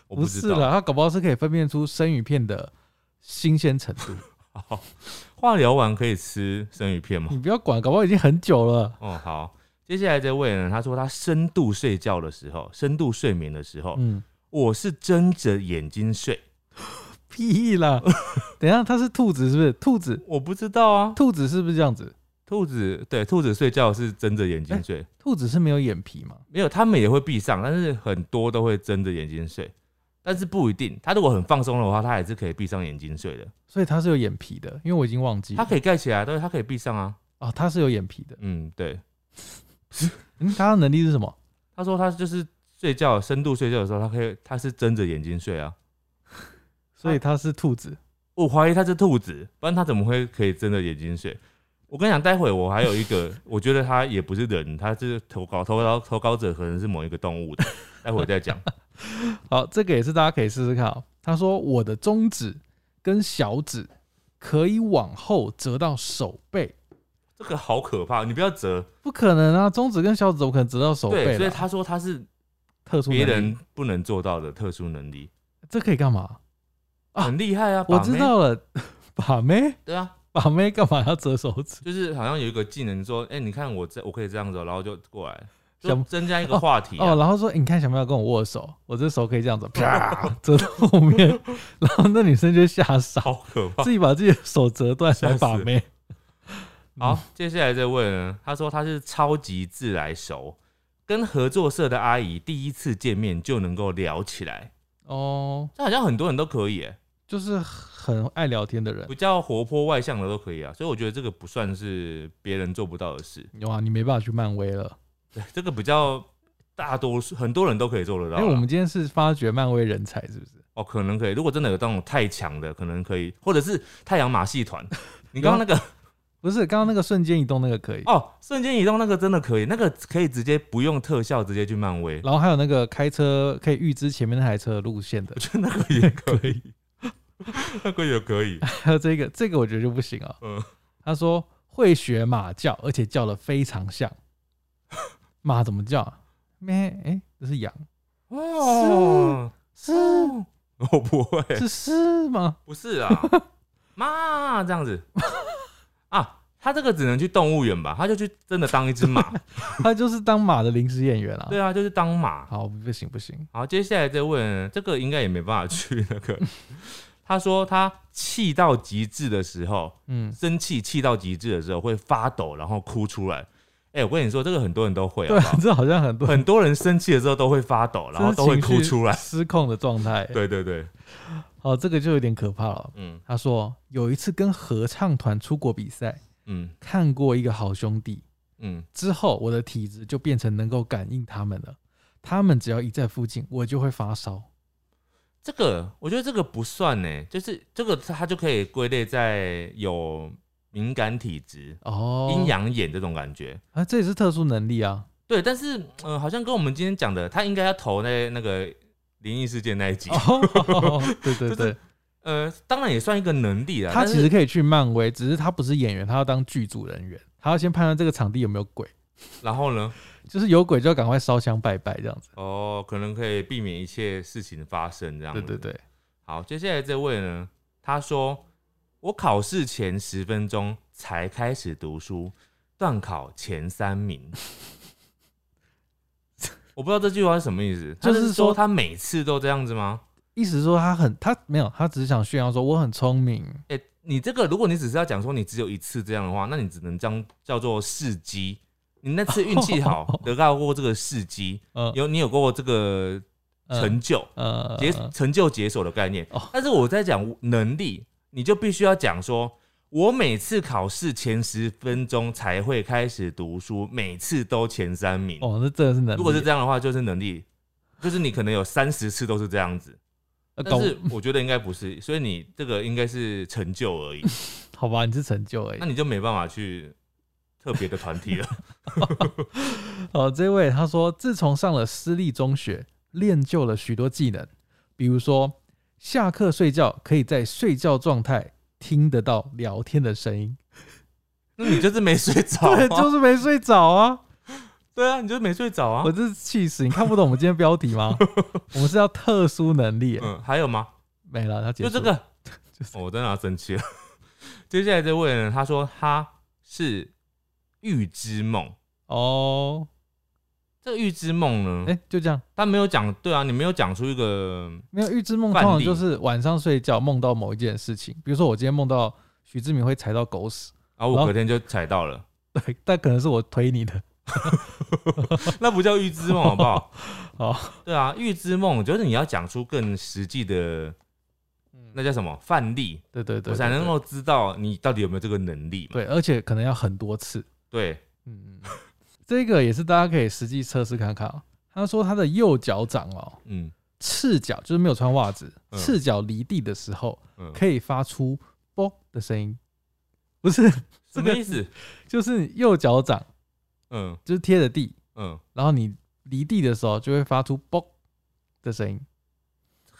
我
不
知
是
道。
啦，他搞不好是可以分辨出生鱼片的新鲜程度。 <laughs>
好化疗完可以吃生鱼片
<laughs>
吗
你？不要管，搞不好已经很久了。
哦，好。接下来这位呢，他说他深度睡觉的时候，深度睡眠的时候，
嗯，
我是睁着眼睛睡，
屁
<laughs>
啦！等一下，它是兔子是不是？兔子，
我不知道啊。
兔子是不是这样子？
兔子对兔子睡觉是睁着眼
哎
睛睡，
兔子是没有眼皮吗？
没有，他们也会闭上，但是很多都会睁着眼睛睡，但是不一定。他如果很放松的话，他还是可以闭上眼睛睡的。
所以它是有眼皮的，因为我已经忘记
他
了。
可以盖起来，但是他可以闭上啊。
哦，它是有眼皮的。
嗯，对。
嗯，它的能力是什么？
他说他就是睡觉深度睡觉的时候，他可以他是睁着眼睛睡啊。
所以它是兔子。
我怀疑他是兔子，不然他怎么会可以睁着眼睛睡？我跟你讲，待会我还有一个， <laughs> 我觉得他也不是人，他是投稿投稿投稿者可能是某一个动物的， <laughs> 待会再讲。
好，这个也是大家可以试试看哦。他说我的中指跟小指可以往后折到手背，
这个好可怕，你不要折。
不可能啊！中指跟小指怎么可能折到手
对，
背
所以
哦啦？
他说他是
特殊能力
别人不能做到的特殊能力，
这可以干嘛？啊
很厉害啊！
我
把妹
知，道了， <laughs> 把妹
对啊，
把妹干嘛要折手指？
就是好像有一个技能说，哎、你看我这我可以这样子哦，然后就过来，就
想
增加一个话题、啊
哦，然后说、欸你看想不想跟我握手？我这手可以这样子啪折到后面， <laughs> 然后那女生就吓
<laughs>
傻，
好可怕。
自己把自己的手折断
哦吓
来
死
把妹。嗯
好，接下来这位呢，他说他是超级自来熟，跟合作社的阿姨第一次见面就能够聊起来，
哦，
这好像很多人都可以、欸，
就是很爱聊天的人
比。较活泼外向的都可以啊，所以我觉得这个不算是别人做不到的事，
哇，啊你没办法去漫威了。
对，这个比较大多数很多人都可以做得到啊
因
啦。
为我们今天是发掘漫威人才，是不是？
哦，可能可以。如果真的有那种太强的，可能可以，或者是太阳马戏团。你刚刚那 <laughs> 个
不是，刚刚那个瞬间移动那个可以，
哦，瞬间移动那个真的可以，那个可以直接不用特效，直接去漫威，
然后还有那个开车可以预知前面那台车的路线的 <laughs>
我，觉得那个也可以，那个也可 <laughs> 以。
还有这个，这个我觉得就不行啊。
嗯
他说会学马叫，而且叫的非常像。马怎么叫、啊？咩？哎、这是羊？
哦，
是
哦我不会，
是是吗？
不是 <laughs> 啊，妈这样子啊。他这个只能去动物园吧，他就去真的当一只 <laughs> 马，
他就是当马的临时演员啊。
对啊，就是当马。
好，不行不行，
好，接下来再问，这个应该也没办法去那个。 <laughs> 他说他气到极致的时候，
嗯，
生气气到极致的时候会发抖，然后哭出来。哎、我跟你说，这个很多人都会好
对
不
啊
好，
这好像很多
很多人生气的时候都会发抖，然后都会哭
<laughs>
出来。
失控的状态。
对对对，
好，这个就有点可怕了。
嗯
他说有一次跟合唱团出国比赛，
嗯
看过一个好兄弟
嗯，
之后，我的体质就变成能够感应他们了。他们只要一在附近，我就会发烧。
这个我觉得这个不算呢，就是这个它就可以归类在有敏感体质、
哦，
阴阳眼这种感觉。
啊，这也是特殊能力啊。
对，但是嗯、呃好像跟我们今天讲的，他应该要投那那个灵异事件那一集。
<laughs> 哦，对 <laughs> 对对，
呃，当然也算一个能力啦。
他
但是
其实可以去漫威，只是他不是演员，他要当剧组人员，他要先判断这个场地有没有鬼，
然后呢，
就是有鬼就要赶快烧香拜拜这样子。
哦，可能可以避免一切事情发生这样。
对对。对，
好，接下来这位呢，他说我考试前十分钟才开始读书，段考前三名。 <laughs> 我不知道这句话是什么意思，
就是
他是
说
说他每次都这样子吗？
意思是说他很他没有，他只是想炫耀说我很聪明。，
哎、你这个如果你只是要讲说你只有一次这样的话，那你只能这样叫做试机。你那次运气好
<laughs>
得到过这个试机，
呃，
有你有过这个
呃
成就，
呃
解成就解锁的概念
哦。
但是我在讲能力，你就必须要讲说，我每次考试前十分钟才会开始读书，每次都前三名。
哦，那真的是能力。
如果是这样的话，就是能力。就是你可能有三十次都是这样子，
呃
但
搞
是我觉得应该不是，所以你这个应该是成就而已，
好吧，你是成就而已
那。你就没办法去特别的团体了。
哦，这位他说，自从上了私立中学，练就了许多技能，比如说下课睡觉可以在睡觉状态听得到聊天的声音，
<laughs> 那你就是没睡着、 <laughs> 啊，
对，就是没睡着啊！
对啊，你就是没睡着啊
我。真是气死！你看不懂我们今天标题
<laughs>
吗？我们是要特殊能力耶，
嗯，还有吗？
没了，他结
<laughs> 就
束
这个，哦我真的要生气了。 <laughs> 接下来这位呢，他说他是预知梦，
哦，
这个预知梦呢，
哎、就这样，
他没有讲，对啊，你没有讲出一个，
没有预知梦，通
范
常
例
就是晚上睡觉梦到某一件事情，比如说我今天梦到徐志明会踩到狗屎， <laughs> 然
啊，
后
我隔天就踩到了， <laughs>
对，但可能是我推你的，
那不叫预知梦，好不 <laughs> 好？
好，
对啊，预知梦就是你要讲出更实际的，嗯那叫什么范例，
对对对
我才
对
能
对
够知道你到底有没有这个能力嘛。
对，而且可能要很多次。
对，
嗯，嗯，这个也是大家可以实际测试看看哦。他说他的右脚掌哦，
嗯
赤脚就是没有穿袜子，
嗯
赤脚离地的时候
嗯，
可以发出“啵”的声音，不是，
什么意思？
就是右脚掌
嗯
就是贴着地，
嗯，
然后你离地的时候就会发出“啵”的声音。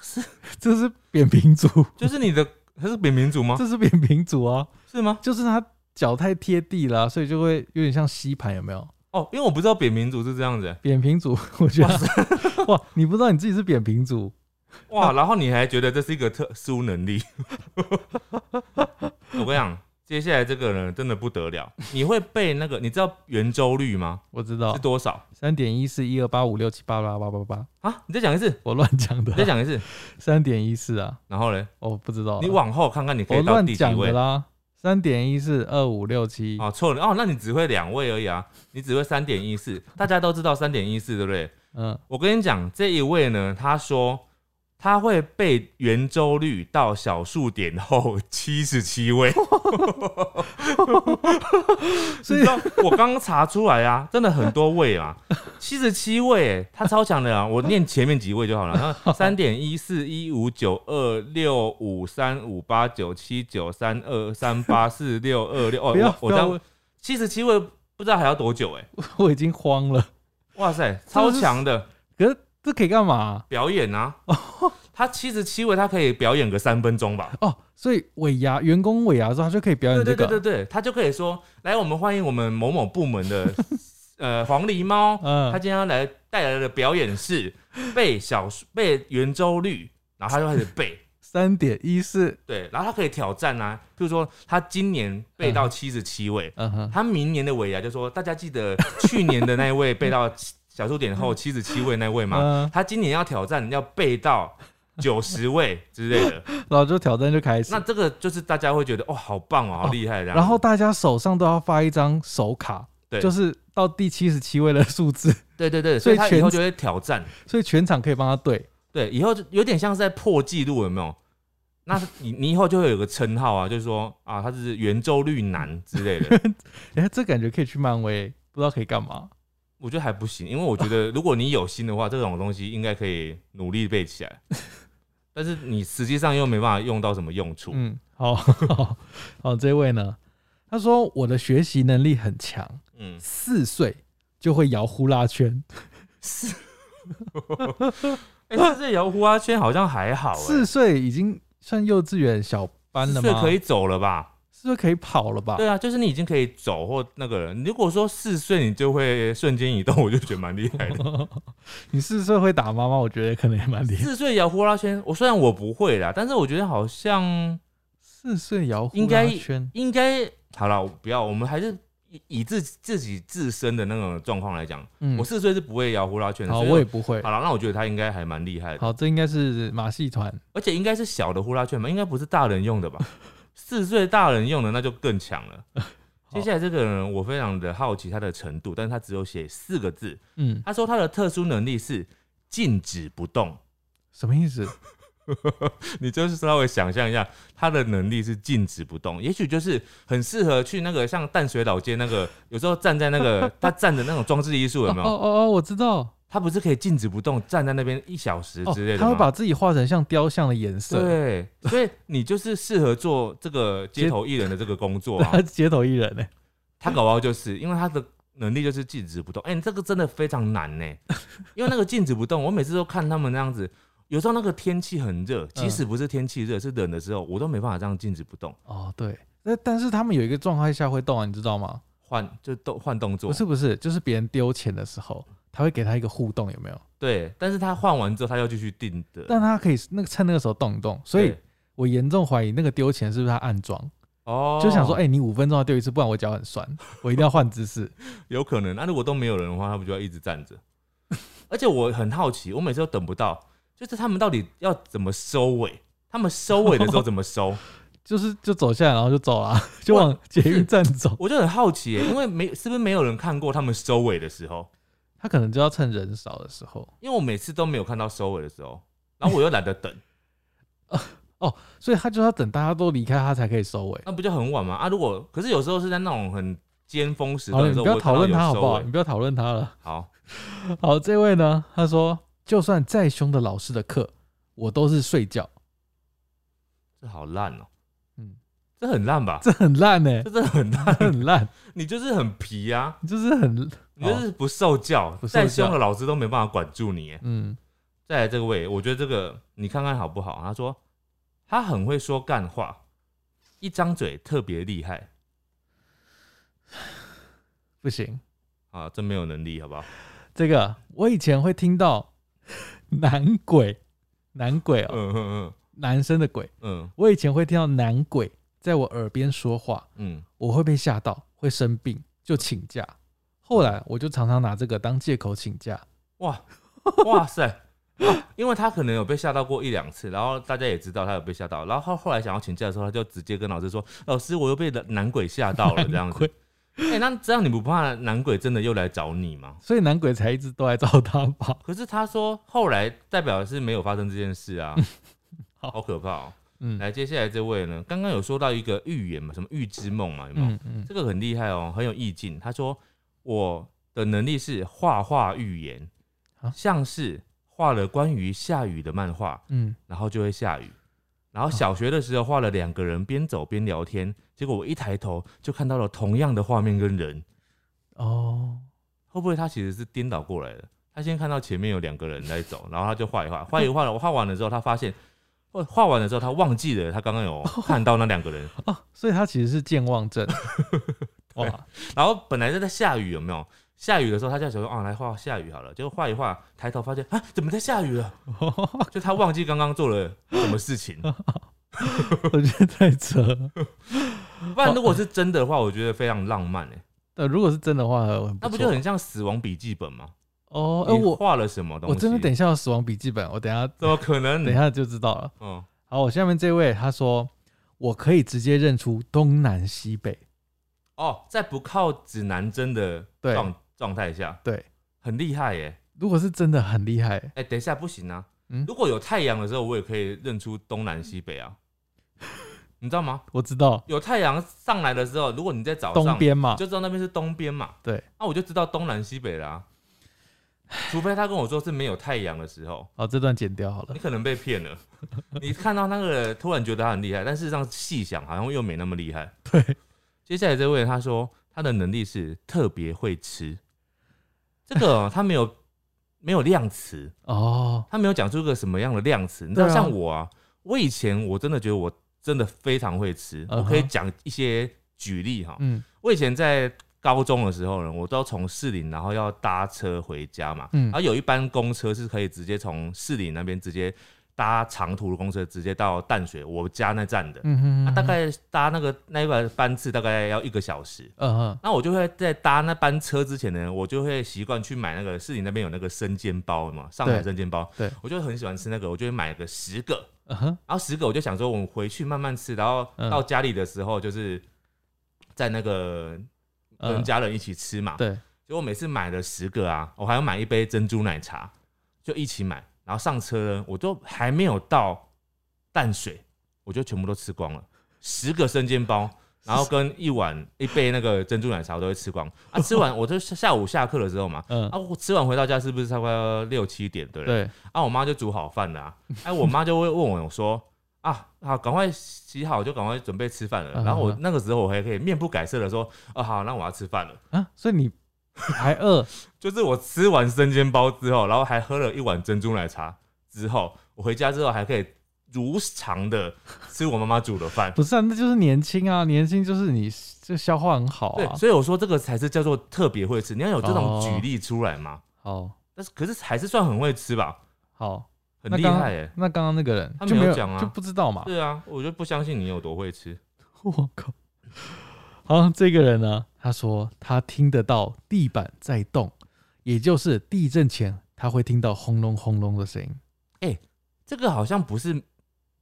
<laughs> 这是扁平足，
就是你的，他是扁平足吗？
这是扁平足啊，
是吗？
就是他脚太贴地了啊、所以就会有点像吸盘，有没有？
哦，因为我不知道扁平足是这样子、欸
扁平足， <laughs> 我觉得 <laughs> 哇，你不知道你自己是扁平足，
哇，然后你还觉得这是一个特殊能力？ <laughs> 我跟你讲，接下来这个人真的不得了，你会背那个，你知道圆周率吗？
我知道
是，多少
三点一四一二八五六七八八八八 <laughs> 八，
啊？你再讲一次，
我乱讲的
你再。讲一次，
三点一四啊，
然后嘞，
我不知道啊。
你往后看看，你可
我
以到
乱
第几
讲的
位？
啦。三点一四二五六七，
哦，错了哦，那你只会两位而已啊，你只会三点一四，大家都知道三点一四，对不对？
嗯， <laughs>
我跟你讲，这一位呢，他说他会背圆周率到小数
<laughs>
点后七十七位，
所以
你知道我刚刚查出来啊，真的很多位
<laughs>
啊，七十七位、欸，他超强的啊！我念前面几位就好了，
<laughs>
然后三点一四一五九二六五三五八九七九三二三八四六二六，哦
不要，
我
不
我这
要，
样
我
七十七位不知道还要多久哎、
我已经慌了。
哇塞，超强的
可是这可以干嘛啊？
表演啊！他七十七位，他可以表演个三分钟吧？
哦，所以尾牙员工尾牙的时候，他就可以表演这
对对对
个。
对对，他就可以说：“来，我们欢迎我们某某部门的呃黄狸猫，
嗯
他今天要来带来的表演是背小数背圆周率，然后他就开始背。
三点一四，
对，然后他可以挑战啊，譬如说他今年背到七十七位，
嗯哼，
他明年的尾牙就说大家记得去年的那一位背到小数点后七十七位那位嘛，
嗯
他今年要挑战要背到九十位之类的，
然后就挑战就开始
那。这个就是大家会觉得哦好棒哦，好厉害这样子。
然后大家手上都要发一张手卡，
对
就是到第七十七位的数字，
对对对，
所
所
以
以他
全
以后就会挑战，
所以全场可以帮他对。
对，以后就有点像是在破纪录，有没有？那你你以后就会有个称号啊，就是说啊，他是圆周率男之类
<laughs>
的。
哎，这感觉可以去漫威，不知道可以干嘛。
我觉得还不行，因为我觉得如果你有心的话，这种东西应该可以努力背起来，但是你实际上又没办法用到什么用处。
嗯，好 <laughs> 好好，这位呢，他说我的学习能力很强，
嗯，
四岁就会摇呼啦圈，
哎、欸，这摇呼啦圈好像还好、
四
欸，
岁已经算幼稚园小班了
岁
吗？
可以，走了吧？
四岁可以跑了吧？
对啊，就是你已经可以走或那个了。你如果说四岁你就会瞬间移动，我就觉得蛮厉害的。
<laughs> 你四岁会打妈妈，我觉得可能也蛮厉害。
四岁摇呼啦圈，我虽然我不会啦，但是我觉得好像
四岁摇呼
应
啦
该
圈，
应该好了，不要，我们还是以以自自己自身的那种状况来讲，
嗯
我，四岁是不会摇呼啦圈的，
好，
所以
我也不会
好。了，那我觉得他应该还蛮厉害的，
好，这应该是马戏团，
而且应该是小的呼啦圈吧，应该不是大人用
<laughs>
的吧？四岁大人用的那就更强了。
好
接下来这个人，我非常的好奇他的程度，但是他只有写四个字，
嗯，
他说他的特殊能力是静止不动。
什么意思？
你就是稍微想象一下，他的能力是静止不动，也许就是很适合去那
<laughs>
个像淡水老街那个，有时候站在那个他站的那种装置艺术有没
哦
有？
哦哦，我知道，
他不是可以静止不动站在那边一小时
哦
之类，的
他
吗？
会把自己画成像雕像的颜色， <laughs>
对，所以你就是适合做这个街头艺人的这个工作啊
他。是 <laughs> 街头艺人呢、
他搞不好就是因为他的能力就是静止不动。哎、你这个真的非常难呢、因为那个静止不动，我每次都看他们那样子。有时候那个天气很热，即
嗯
使不是天气热，是冷的时候，我都没办法这样静止不动，
哦，对，那但是他们有一个状态下会动啊，你知道吗？
换就动换动作。
不是不是，就是别人丢钱的时候，他会给他一个互动，有没有？
对，但是他换完之后，他又继续定的。
但他可以那个趁那个时候动一动，所以
对
我严重怀疑那个丢钱是不是他暗装，
哦，
就想说，哎、，你五分钟要丢一次，不然我脚很酸， <laughs> 我一定要换姿势。
有可能。那、如果都没有人的话，他不就要一直站着？ <laughs> 而且我很好奇，我每次都等不到，就是他们到底要怎么收尾？他们收尾的时候怎么收？
就是就走下来，然后就走了，啊 <laughs> 就往捷运站走。
我就很好奇耶、因为没是不是没有人看过他们收尾的时候？
他可能就要趁人少的时候，
因为我每次都没有看到收尾的时候，然后我又懒得
<laughs>
等，
所以他就要等大家都离开，他才可以收尾。
那不就很晚吗？啊，如果可是有时候是在那种很尖峰时
好
段
了，
的
哦你
时候，
不要
我会
讨
看到
论
有
他好
收
不好？
尾
你不要讨论他了。
好，
好，这位呢，他说，就算再凶的老师的课，我都是睡觉， <laughs>
这好烂哦、
嗯
嗯，这很烂吧？
这很烂呢、
这真的很烂， <laughs>
很烂，
你就是很皮啊。
就是很
你就是不受教，
哦不受
再
教
凶的老师都没办法管住你耶。
嗯，
再来这个位，我觉得这个你看看好不好？他说他很会说干话，一张嘴特别厉害
不行。
啊，真没有能力，好不好？
这个我以前会听到男鬼，男鬼哦、
嗯嗯
男生的鬼，
嗯嗯
我以前会听到男鬼在我耳边说话，
嗯，
我会被吓到，会生病，就请假。后来我就常常拿这个当借口请假。
哇哇塞、啊因为他可能有被吓到过一两次，然后大家也知道他有被吓到，然后他后来想要请假的时候，他就直接跟老师说：“老师，我又被男 <laughs> 鬼吓到了。”这样子
鬼，
哎、那这样你不怕男鬼真的又来找你吗？
所以男鬼才一直都来找他吧？
可是他说后来代表是没有发生这件事 <laughs> 啊，
好
好可怕、哦。
嗯
来，接下来这位呢，刚刚有说到一个预言嘛，什么预知梦嘛，有没有？
嗯嗯，
这个很厉害哦，很有意境。他说我的能力是画画预言
啊，
像是画了关于下雨的漫画，
嗯，
然后就会下雨。然后小学的时候画了两个人边走边聊天，结果我一抬头就看到了同样的画面跟人，
哦，
会不会他其实是颠倒过来的？他先看到前面有两个人在走，然后他就画一画，画一画了，我画完了之后，他发现，哦画完了之后他忘记了他刚刚有看到那两个人，
哦，所以他其实是健忘
<laughs>
症。哇，
然后本来是在下雨，有没有？下雨的时候他就想说，哦，来画下雨好了，结果画一画，抬头发现啊，怎么在下
<laughs>
雨了？就他忘记刚刚做了什么事情。
我觉得太扯了。
不然如果是真的的话，我觉得非常浪漫诶、
呃，如果是真的话，很
<laughs> 那不
错
就很像死亡笔记本吗？
哦？哎、
你
我
画了什么东西？嗯
我真的等一下有死亡笔记本，我等一下
怎么可能？
等一，下就知道了。
嗯，
好，我下面这位他说，我可以直接认出东南西北。
哦，在不靠指南针的
对
状状态下，
对，
很厉害耶、
如果是真的很厉害，
哎、等一下，不行啊！
嗯
如果有太阳的时候，我也可以认出东南西北啊，你知道吗？
我知道
有太阳上来的时候，如果你在早上，
东边嘛
你，就知道那边是东边嘛。
对，
那、我就知道东南西北啦、除非他跟我说是没有太阳的时
<laughs>
候，
哦好，这段剪掉好了
你。可能被骗了。你看到那个突然觉得他很厉害，但事实上细想好像又没那么厉害。
对，
接下来这位他说他的能力是特别会吃，这个
<laughs>
哦他没有没有量词，
哦，
他没有讲出个什么样的量词。你知道，
对啊
像我啊，我以前我真的觉得我真的非常会吃，
嗯哼
我可以讲一些举例哈。
嗯
我以前在高中的时候呢，我都从士林，然后要搭车回家嘛，
嗯
然后有一班公车是可以直接从士林那边直接搭长途的公车，直接到淡水我家那站的。
嗯哼，
那、啊大概搭那个那一班班次大概要一个小时，
嗯哼，
那我就会在搭那班车之前呢，我就会习惯去买那个市里那边有那个生煎包嘛，上海
对
生煎包，
对
我就很喜欢吃那个，我就会买个十个，
嗯哼，
然后十个我就想说我们回去慢慢吃，然后
嗯
到家里的时候就是在那个跟
嗯
家人一起吃嘛，
对，
结果每次买了十个啊，我还要买一杯珍珠奶茶，就一起买，然后上车呢，我都
<laughs>
还没有到淡水，我就全部都吃光了，十个生煎包，然后跟一碗一杯那个珍珠奶茶我都会吃光啊。吃完我就下午下课的时候嘛，
嗯
啊，，我吃完回到家是不是差不多六七点？对不对？
对，
啊，我妈就煮好饭了、啊， <laughs> 哎，我妈就会问我说。啊，好，赶快洗好，就赶快准备吃饭了。
嗯
然后我
嗯
那个时候我还可以面不改色的说，啊，好，那我要吃饭了。
啊，所以你你还饿，
就是我吃完生煎包之后，然后还喝了一碗珍珠奶茶之后，我回家之后还可以如常的吃我妈妈煮的饭。
不是啊？那就是年轻啊，年轻就是你这消化很好
对
啊，。
所以我说这个才是叫做特别会吃。你要有这种
哦
举例出来嘛？
好，
但是可是还是算很会吃吧，
好，
很
那
厉
刚
害耶、
那刚刚那个人
他
就
没
没
有
有
讲啊
就不知道嘛。
对啊，我就不相信你有多会吃。
我靠！ <laughs> 好，这个人呢，他说他听得到地板在动，也就是地震前他会听到轰隆轰隆的声音。
这个好像不是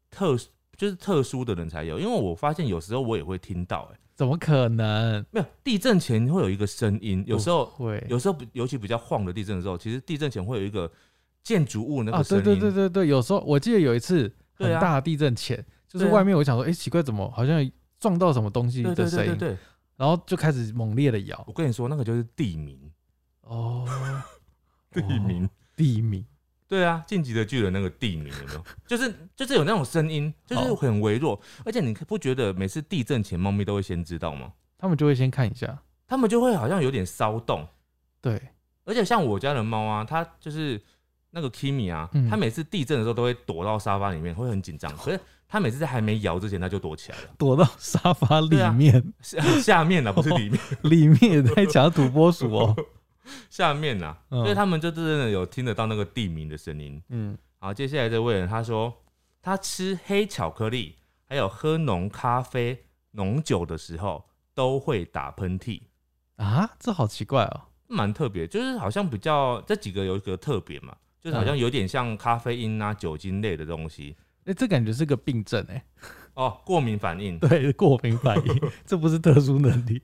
特殊就是特殊的人才有，因为我发现有时候我也会听到、哎，
怎么可能？
没有地震前会有一个声音，有时候哦
会
有时候比尤其比较晃的地震的时候，其实地震前会有一个建筑物那
啊？
个声
对
音，
对对对对，有时候我记得有一次很
对啊
大的地震前，就是
对啊
外面我想说，哎、奇怪，怎么好像撞到什么东西的
对对
声
对
音
对，对
然后就开始猛烈的摇。
我跟你说，那个就是地名，
哦，
地名，
地名
对啊，晋级的巨人那个地名有没有？ <laughs> 就是就是有那种声音，就是
好
很微弱，而且你不觉得每次地震前猫咪都会先知道吗？
他们就会先看一下。
它们就会好像有点骚动，
对，
而且像我家的猫啊，它就是那个 Kimi 啊
嗯，
它每次地震的时候都会躲到沙发里面，会很紧张。可是它每次在还没摇之前，它就躲起来了，
躲到沙发里
对啊
面，
下 <laughs> 下面啊，不是里面，
里面也在讲土拨鼠哦。
下面啊，
嗯
所以他们就真的有听得到那个地名的声音。
<laughs> 嗯，
好，接下来这位人他说，他吃黑巧克力，还有喝浓咖啡、浓酒的时候都会打喷嚏，
啊，这好奇怪哦。
蛮特别，就是好像比较这几个有一个特别嘛，就是
嗯
好像有点像咖啡因啊、酒精类的东西
哎、这感觉是个病症哎、
哦，过敏反应。
对，过敏反 <laughs> 应，这不是特殊能力。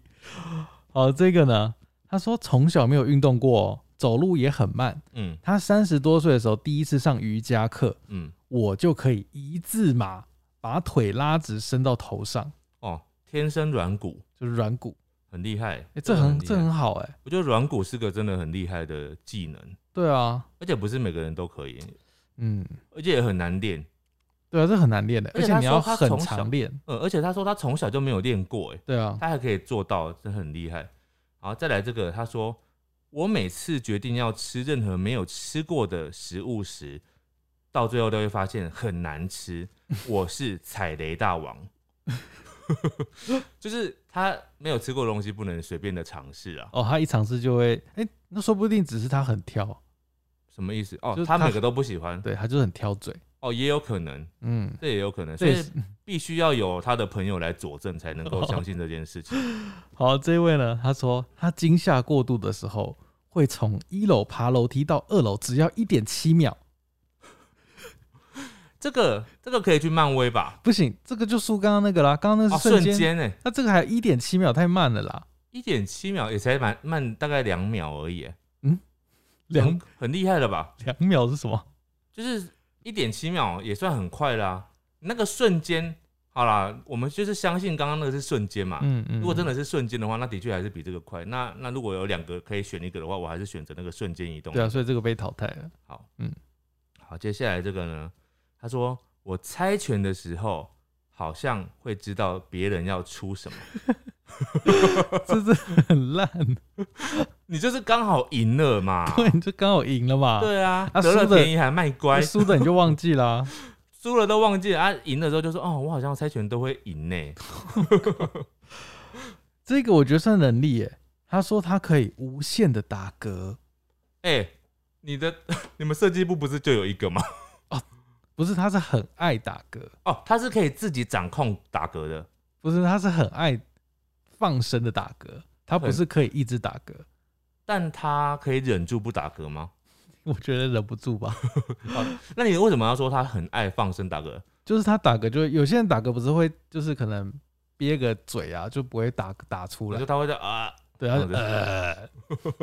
好，这个呢，他说从小没有运动过、哦，走路也很慢。
嗯
他三十多岁的时候第一次上瑜伽课，
嗯，
我就可以一字马把腿拉直伸到头上，
哦，天生软骨
就是软骨。
很厉害，
哎、这很
厉害
这很好哎、
我觉得软骨是个真的很厉害的技能，
对啊，
而且不是每个人都可以，
嗯，
而且也很难练。
对啊，这很难练的、
而且
而且
他
你
说
要
他
很
从小
常练。
嗯，而且他说他从小就没有练过，哎，
对啊，
他还可以做到，真的很厉害。好，再来这个，他说我每次决定要吃任何没有吃过的食物时，到最后都会发现很难吃，我是踩雷大王。 <laughs> 就是他没有吃过的东西不能随便的尝试啊，
哦，他一尝试就会，哎、那说不定只是他很挑，
什么意思？哦
就，是
他
他
每个都不喜欢，
对，他就很挑嘴。
哦，也有可能，
嗯，
这也有可能，所
这也
以
是
必须要有他的朋友来佐证才能够相信这件事情。
好，这位呢，他说他惊吓过度的时候，会从一楼爬楼梯到二楼，只要一点七秒。
这个这个可以去漫威吧？
不行，这个就输刚刚那个啦，刚刚那
哦，
是瞬
瞬
间，
间呢，
那这个还一点七秒太慢了啦。
一点七秒也才慢慢大概两秒而已，
两
很很厉害了吧？
两秒是什么？
啊就是一点七秒也算很快啦、那个瞬间，好啦，我们就是相信刚刚那个是瞬间嘛。
嗯嗯
如果真的
是
是瞬间的话，那的确还是比这个快。那那如果有两个可以选一个的话，我还是选择那个瞬间移动。
对啊，所以这个被淘汰
<laughs>
了。
好，
嗯
嗯，好，接下来这个呢？他说我猜拳的时候，好像会知道别人要出什么，
这这很烂， <laughs>
你就是刚好赢了嘛。
对，你就刚好赢了嘛。
对啊，
啊
得了
输的
便宜还卖乖
那，输的你就忘记啦、
输了都忘记了啊，赢的时候就说哦，我好像猜拳都会赢呢。 <laughs>
这个我觉得算能力耶。他说他可以无限的打嗝，
哎、你的 <laughs> 你们设计部不是就有一个吗？ <laughs>
不是，他是很爱打嗝，
哦，他是可以自己掌控打嗝的，
不是，他是很爱放声的打嗝，他不
很
是可以一直打嗝。
但他可以忍住不打嗝吗？
我觉得忍不住吧，
那你为什么要说他很爱放声打嗝？
就是他打嗝就会，有些人打嗝不是会，就是可能憋个嘴啊，就不会打打出
我
来
说，他会在啊，
对，他
哦
就
对
呃，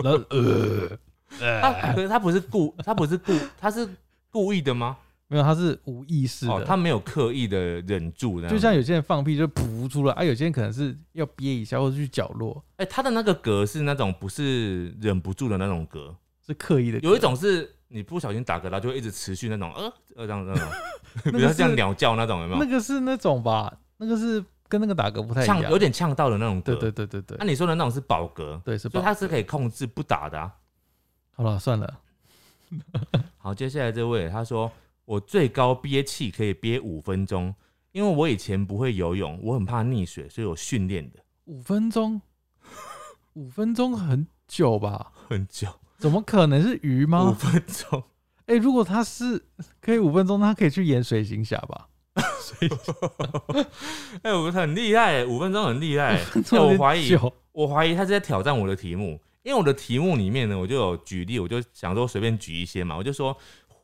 然后呃，
啊他可是他不是故，他不是故，他是故意的吗？
没有，他是无意识的，
哦，他没有刻意的忍住那样，
就像有些人放屁就噗出来，啊，有些人可能是要憋一下或者去角落，
哎、他的那个嗝是那种不是忍不住的那种嗝，
是刻意的。
有一种是你不小心打嗝，然后就会一直持续那种呃呃这样这样，
<laughs> <laughs> 那
比
个
较
是
像鸟叫那种，有没
那
有？
个是那种吧，那个是跟那个打嗝不太一
呛
样，
有点呛到的那种嗝。
哎对对对对对
那、，你说的那种是饱嗝，
对是
所
吧？
以它是可以控制不打的、啊。
好了，算了，
好，接下来这位他说，我最高憋气可以憋五分钟，因为我以前不会游泳，我很怕溺水，所以我训练的
五分钟，五分钟很久吧？
很久，
怎么可能是鱼
五
吗？
分钟。
哎、如果他是可以五分钟，他可以去演水行侠吧？
哎、我很厉害耶，五分钟很厉害
<laughs>
耶。哎、
有
我
点
怀疑
久，
我怀疑他是在挑战我的题目，因为我的题目里面呢，我就有举例，我就想说随便举一些嘛，我就说，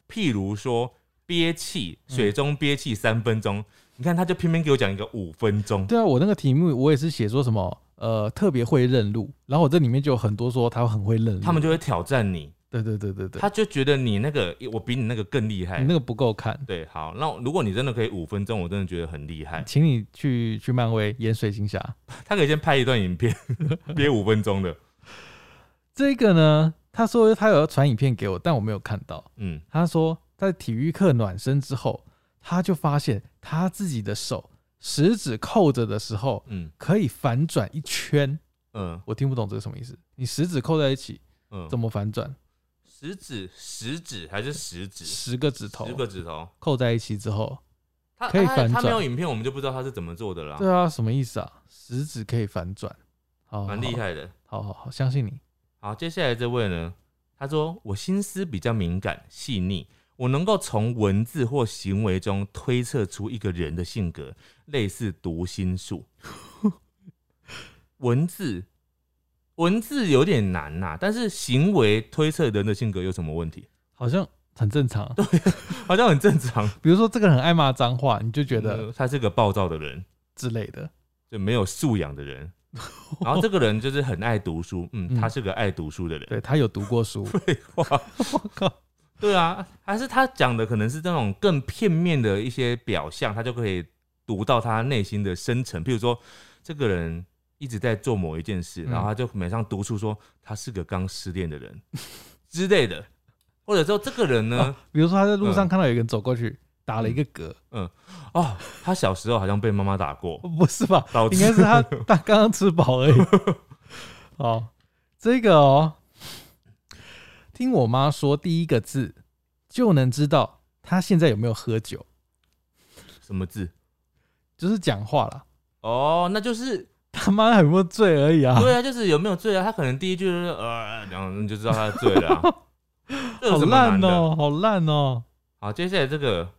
譬如说憋气，水中憋气三分钟，你看他就偏偏给我讲一个五分钟，
对啊，我那个题目我也是写说什么呃特别会认路，然后我这里面就有很多说他很会认路，
他们就会挑战你，
对对对对对，
他就觉得你那个我比你那个更厉害。
你那个不够看，
对，好，那如果你真的可以五分钟，我真的觉得很厉害。
请你去去漫威演水行侠。
他可以先拍一段影片，憋五分钟的，
这个呢，他说他有要传影片给我，但我没有看到。
嗯，
他说在体育课暖身之后，他就发现他自己的手食指扣着的时候
嗯
可以反转一圈。
嗯
我听不懂这个什么意思，你食指扣在一起
嗯，
怎么反转？
食指食指还是食指
十个指头
十个指头，
扣在一起之后，
他
可以反
他他没
转
有影片，我们就不知道他是怎么做的啦，
对啊，什么意思啊？食指可以反转，好，
蛮厉害的。
好，好好好，相信你。
好，接下来这位呢，他说我心思比较敏感细腻，我能够从文字或行为中推测出一个人的性格，类似读心术。 <laughs> 文字文字有点难呐、但是行为推测人的性格有什么问题？
好像很正常。啊
好像很正常。
比如说这个人很爱骂脏话，你就觉得
呃他是个暴躁的人，
之类的。
就没有素养的人。然后这个人就是很爱读书，嗯，
嗯
他是个爱读书的人。
对他有读过书，
哇，
我靠，
对啊，还是他讲的可能是这种更片面的一些表象，他就可以读到他内心的深层。譬如说，这个人一直在做某一件事，
嗯
然后他就每上读出说他是个刚失恋的人 <laughs> 之类的，或者说这个人呢，
比如说他在路上
嗯
看到有一个人走过去，打了一个嗝，
哦，他小时候好像被妈妈打过，
不 <laughs> 是吧？
导致
哦应该是啊他他刚刚吃饱
<laughs>
而已。好，这个哦，听我妈说，第一个字就能知道他现在有没有喝酒，
什么字？
就是讲话啦。
哦，那就是
他妈有没有醉而已啊？
对啊，就是有没有醉啊？他可能第一句就是呃，然后你就知道他醉
<laughs>
了、啊，这有
好
什么难
烂
的？
哦，好烂哦。
好，接下来这个，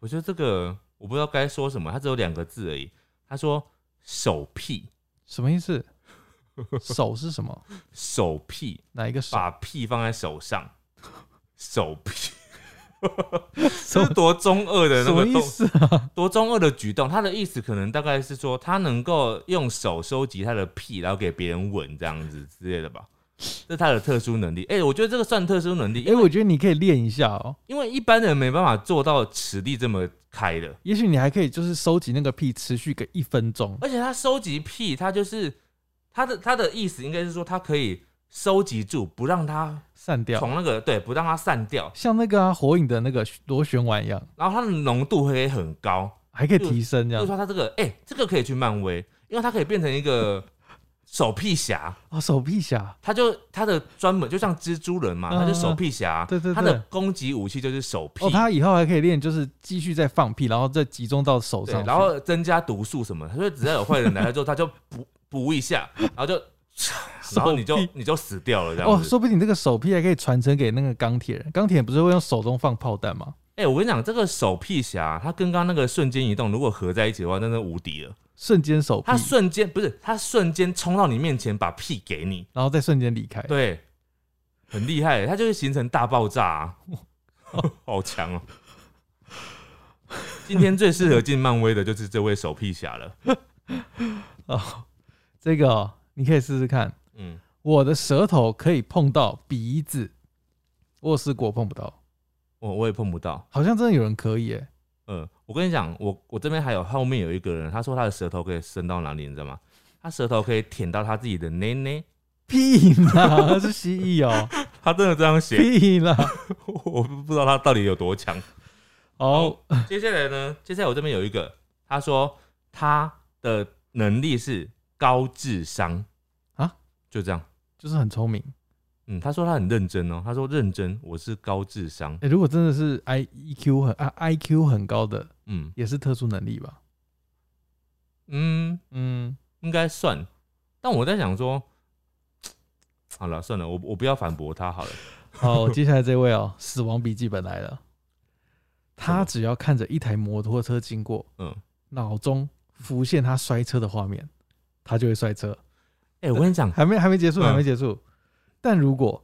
我觉得这个我不知道该说什么，它只有两个字而已。他说手屁
什么意
<laughs>
思？手是什么？
手屁，
哪一个手？
把屁放在手上，手屁，
什
这
么
是多中二的
什
那
么
个
意
动，
思啊？
多中二的举动。他的意思可能大概是说，他能够用手收集他的屁，然后给别人闻这样子之类的吧。这是他的特殊能力，哎、我觉得这个算特殊能力，
哎、
因为、
我觉得你可以练一下哦。
因为一般人没办法做到齿力这么开的，
也许你还可以就是收集那个屁，持续个一分钟。
而且他收集癖，他就是他的他的意思应该是说，他可以收集住，不让它
散掉，
从那个对，不让它散掉，
像那个啊火影的那个螺旋丸一样，
然后它的浓度会很高。
还可以提升这样。
就是说，他这个哎、这个可以去漫威，因为它可以变成一个手屁侠，
哦，手臂侠，
他就他的专门就像蜘蛛人嘛，
嗯
他就手屁侠，
对对对
他的攻击武器就是手屁。
哦，他以后还可以练，就是继续再放屁，然后再集中到手
对
上，去。
然后增加毒素什么，所以只要有坏人来了之后，他就补补一下，然后就，然后你就
手屁
你就死掉了这样子。
哦，说不定这个手臂还可以传承给那个钢铁人。钢铁人不是会用手中放炮弹吗？
哎、我跟你讲，这个手屁侠，他跟刚刚那个瞬间移动，如果合在一起的话，真的无敌了。
瞬间手臂
他，瞬间不是，他瞬间冲到你面前，把屁给你，
然后再瞬间离开。
对，很厉害，他就会形成大爆炸、啊， <laughs> 好强哦、今天最适合进漫威的就是这位手屁侠了。
哦，这个、哦、你可以试试看。
嗯，
我的舌头可以碰到鼻子，我有试过碰不到。
我我也碰不到。
好像真的有人可以耶、
嗯，我跟你讲，我我这边还有后面有一个人，他说他的舌头可以伸到哪里，你知道吗？他舌头可以舔到他自己的内内， <laughs>
屁啦，是蜥蜴哦、
他真的这样写，
屁啦。
<laughs> 我不不知道他到底有多强。
哦，
接下来呢，接下来我这边有一个，他说他的能力是高智商
啊，
就这样。
就是很聪明。
嗯，他说他很认真哦，他说认真，我是高智商。
哎、如果真的是 I E Q 很啊 I Q 很高的，
嗯
也是特殊能力吧？
嗯，
嗯，
应该算。但我在想说，好了，算了，我我不要反驳
<laughs>
他好了。
好，接下来这位哦、死亡笔记本来了。
什
他
么
只要看着一台摩托车经过，
嗯，
脑中浮现他摔车的画面，他就会摔车。
哎、我跟你讲，
还没还没结束，
嗯
还没结束。但如果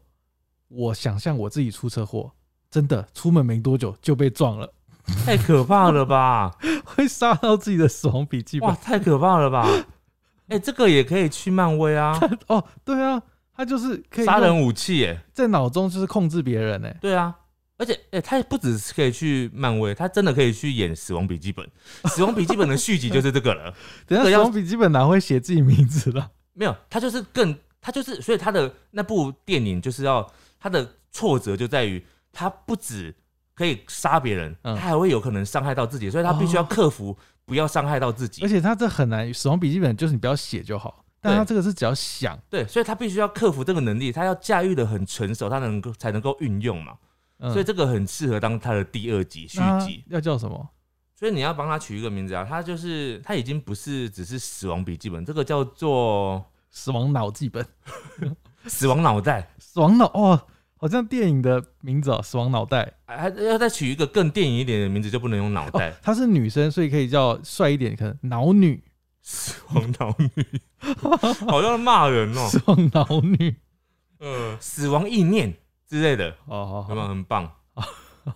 我想象我自己出车祸，真的出门没多久就被撞了， <laughs>
太可怕了吧！
会杀到自己的死亡笔记
哇，
本。
太可怕了吧！哎、这个也可以去漫威
<laughs>
啊，
<laughs> 哦，对啊，他就是可以
杀
用
人武器耶。
在脑中就是控制别人呢、欸
对啊，而且哎、他不只是可以去漫威，他真的可以去演《死亡笔记本》。 <laughs> 《死亡笔记本》的续集就是这个了，
等一下
这个
死
要
亡笔记本哪会写自己名字
<laughs>
了？
没有，他就是更，他就是，所以他的那部电影就是要他的挫折就在于他不止可以杀别人，
嗯
他还会有可能伤害到自己，所以他必须要
哦
克服不要伤害到自己
而。且他这很难，死亡笔记本就是你不要写就好，但
对
他这个是只要想，
对，所以他必须要克服这个能力，他要驾驭的很成熟，他能够才能够运用嘛。
嗯、
所以这个很适合当他的第二集续
那
集。
要叫什么？
所以你要帮他取一个名字啊，他就是他已经不是只是死亡笔记本，这个叫做
死亡脑记本，
死亡脑袋，
死亡脑哦，好像电影的名字哦，死亡脑袋。
哎还还要再取一个更电影一点的名字，就不能用脑袋
<laughs> 哦，，她是女生，所以可以叫帅一点，可能脑女、
死亡脑女， <laughs> 好像骂人
<laughs>
哦、
死亡脑女。
嗯，死亡意念之类的，
哦，
有
好
没有
好，
很棒？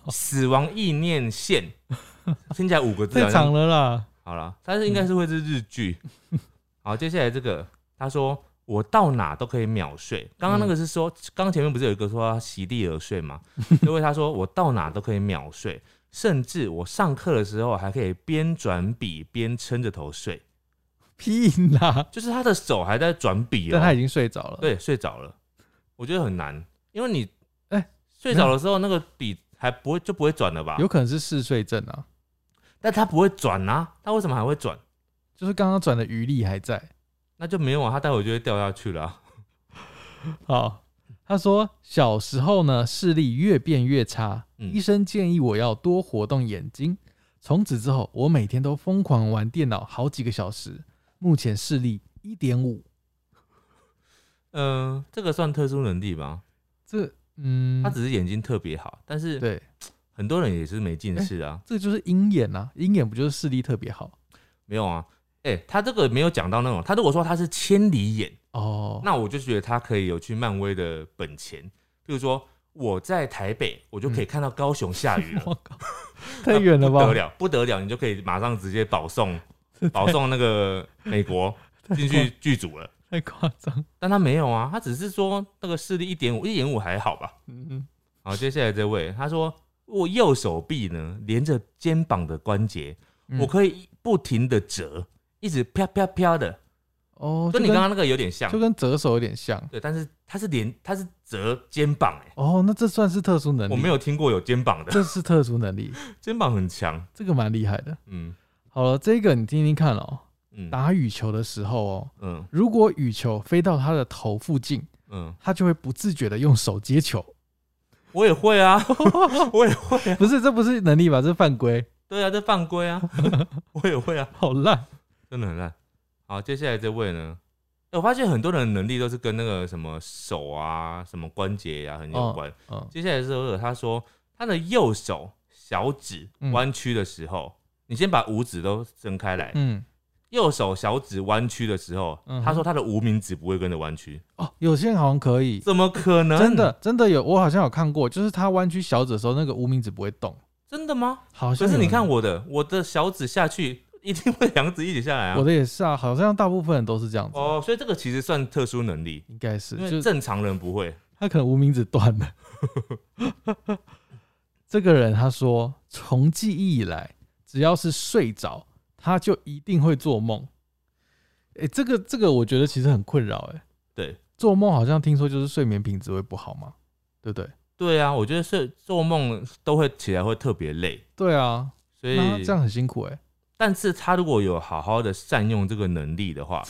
死亡意念线，听起来五个字好
太
像
长了啦。
好了，但是应该是会是日剧。
嗯
<laughs> 好，接下来这个，他说我到哪都可以秒睡。刚刚那个是
嗯
说，刚、前面不是有一个说他席地而
<laughs>
睡吗？因为他说我到哪都可以秒睡，甚至我上课的时候还可以边转笔边撑着头睡，
屁啦！
就是他的手还在转笔
但她已
哦，
经睡着了。，
对，睡着了。我觉得很难，因为你
哎
睡着的时候那个笔还不会就不会转了吧
有？可能是嗜睡症啊，
但他不会转啊，他为什么还会转？
就是刚刚转的余力还在。
那就没有啊，他待会就会掉下去了啊、
好，她啊说小时候呢视力越变越差，
嗯
医生建议我要多活动眼睛。从此之后，我每天都疯狂玩电脑好几个小时，目前视力一点五。
嗯，这个算特殊能力吧？
这嗯，
他只是眼睛特别好，但是
对，
很多人也是没近视啊，
这就是鹰眼啊，鹰眼不就是视力特别好
没有啊。哎、他这个没有讲到那种，他如果说他是千里眼，
哦？
那我就觉得他可以有去漫威的本钱，比如说我在台北，我就可以看到高雄下雨了，
我
<laughs>
靠，嗯 <laughs> 太远了吧？
不得了，不得了，你就可以马上直接
<laughs>
保送，保送那个美国进去剧组了。
太夸张。
但他没有啊，他只是说那个视力一点五，一点五还好吧？
嗯，
好，接下来这位他说，我右手臂呢连着肩膀的关节，
嗯
我可以不停的折，一直啪啪啪的，
哦，
跟你刚刚那个有点像
就，跟折手有点像。
对，但是它是连它是折肩膀、欸，
哦，那这算是特殊能力？
我没，有听过有肩膀的，
这是特殊能力，
肩膀很强，
这个蛮厉害的。
嗯
好了，这个你听听看哦，
嗯
打羽球的时候哦，
嗯
如果羽球飞到他的头附近，
嗯，
他就会不自觉的用手接球。 <laughs>
我也会啊，我也会啊，
不是，这不是能力吧？这是犯规， <laughs>
对啊，这犯规啊， <laughs> 我也会啊，
好烂。
真的很烂。好，接下来这位呢？欸我发现很多人的能力都是跟那个什么手啊、什么关节呀、很有
哦
关。
嗯，
接下来是二，他说他的右手小指
嗯
弯曲的时候，你先把五指都伸开来，
嗯，
右手小指弯曲的时候，
嗯哼
他说他的无名指不会跟着弯曲，
哦，有些人好像可以，
怎么可能？
真的真的有，我好像有看过，就是他弯曲小指的时候，那个无名指不会动，
真的吗？
好像
可是
有
你
人
看我的，我的小指下去一定会两指一起下来
我
啊。
的也是啊，好像大部分人都是这样子，
哦，所以这个其实算特殊能力，
应该是，
因
就
为
是
正常人不会。
他可能无名指断了。 <laughs> 这个人他说，从记忆以来，只要是睡着，他就一定会做梦。哎、这个这个，我觉得其实很困扰。哎，
对
做梦好像听说就是睡眠品质会不好嘛，对不对？
对啊，我觉得是做梦都会起来会特别累，
对啊，
所以
那这样很辛苦哎、
但是他如果有好好的善用这个能力
<laughs>
的话，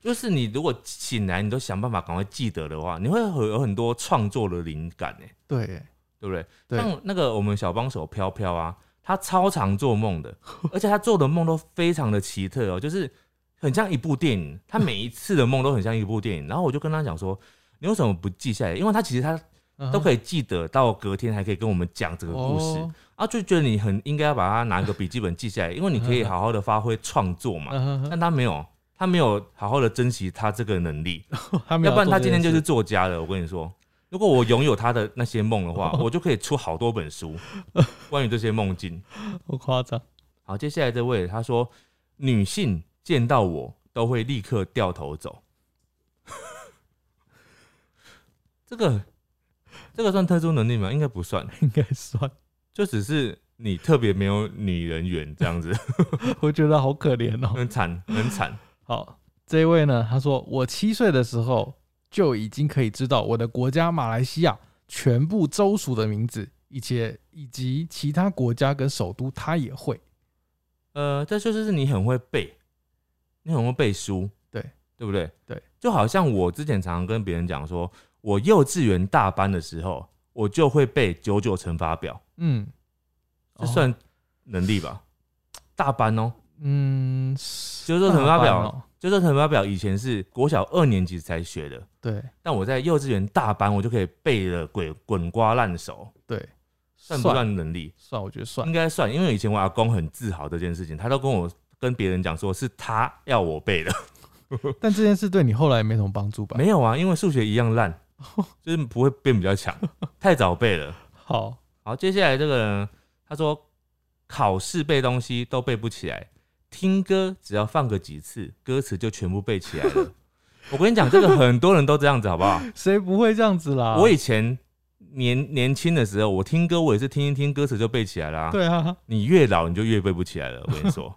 就是你如果醒来你都想办法赶快记得的话，你会有有很多创作的灵感呢、
对欸，
对不对？
对
像那个我们小帮手飘飘啊，他超常做梦的，而且他做的梦都非常的奇特哦，就是很像一部电影，他每一次的梦都很像一部电影。然后我就跟他讲说，你为什么不记下来？因为他其实他
嗯
都
哼
可以记得，到隔天还可以跟我们讲这个故事。
哦
啊，就觉得你很应该要把它拿一个笔记本记下来，因为你可以好好的发挥创作嘛。
嗯哼哼
但他没有，他没有好好的珍惜他这个能力，
他没有
要不然
做
他
这
今天
件事
就是作家了。我跟你说，如果我拥有他的那些梦
<laughs>
的话，我就可以出好多本书关于这些梦境。
<laughs> 好夸张，
好，接下来这位他说，女性见到我都会立刻掉头走， <laughs> 这个这个算特殊能力吗？应该不算。
应该算。
就只是你特别没有女人缘这样子，
我觉得好可怜
<laughs>
哦、
很惨很惨。
好，这一位呢，他说我七岁的时候就已经可以知道我的国家马来西亚全部州属的名字，以及以及其他国家跟首都，他也会。
呃，这就是你很会背，你很会背书，
对
对不对？
对，
就好像我之前常常跟别人讲说，我幼稚园大班的时候，我就会背九九乘法表，
嗯，哦
这算能力吧？大班哦，
嗯，
就是说乘法表
大班哦
九九乘法表以前是国小二年级才学的，
对
但我在幼稚园大班，我就可以背了滚滚瓜烂熟，
对，
算不算能力？
算，我觉得算
应。该算，因为以前我阿公很自豪这件事情，他都跟我跟别人讲说是他要我背的，
但这件事对你后来没什么帮助吧？
<laughs> 没有啊，因为数学一样 <laughs> 烂，就是不会变比较强，太早背了。
好，
好，接下来这个人他说考试背东西都背不起来，听歌只要放个几次，歌词就全部背起来 <laughs> 了。我跟你讲，这个很多人都这样子，好不 <laughs> 好？
谁不会这样子啦？
我以前年年轻的时候，我听歌我也是听一听歌词就背起来啦、
对啊，
你越老你就越背不起来了，我跟你 <laughs> 说。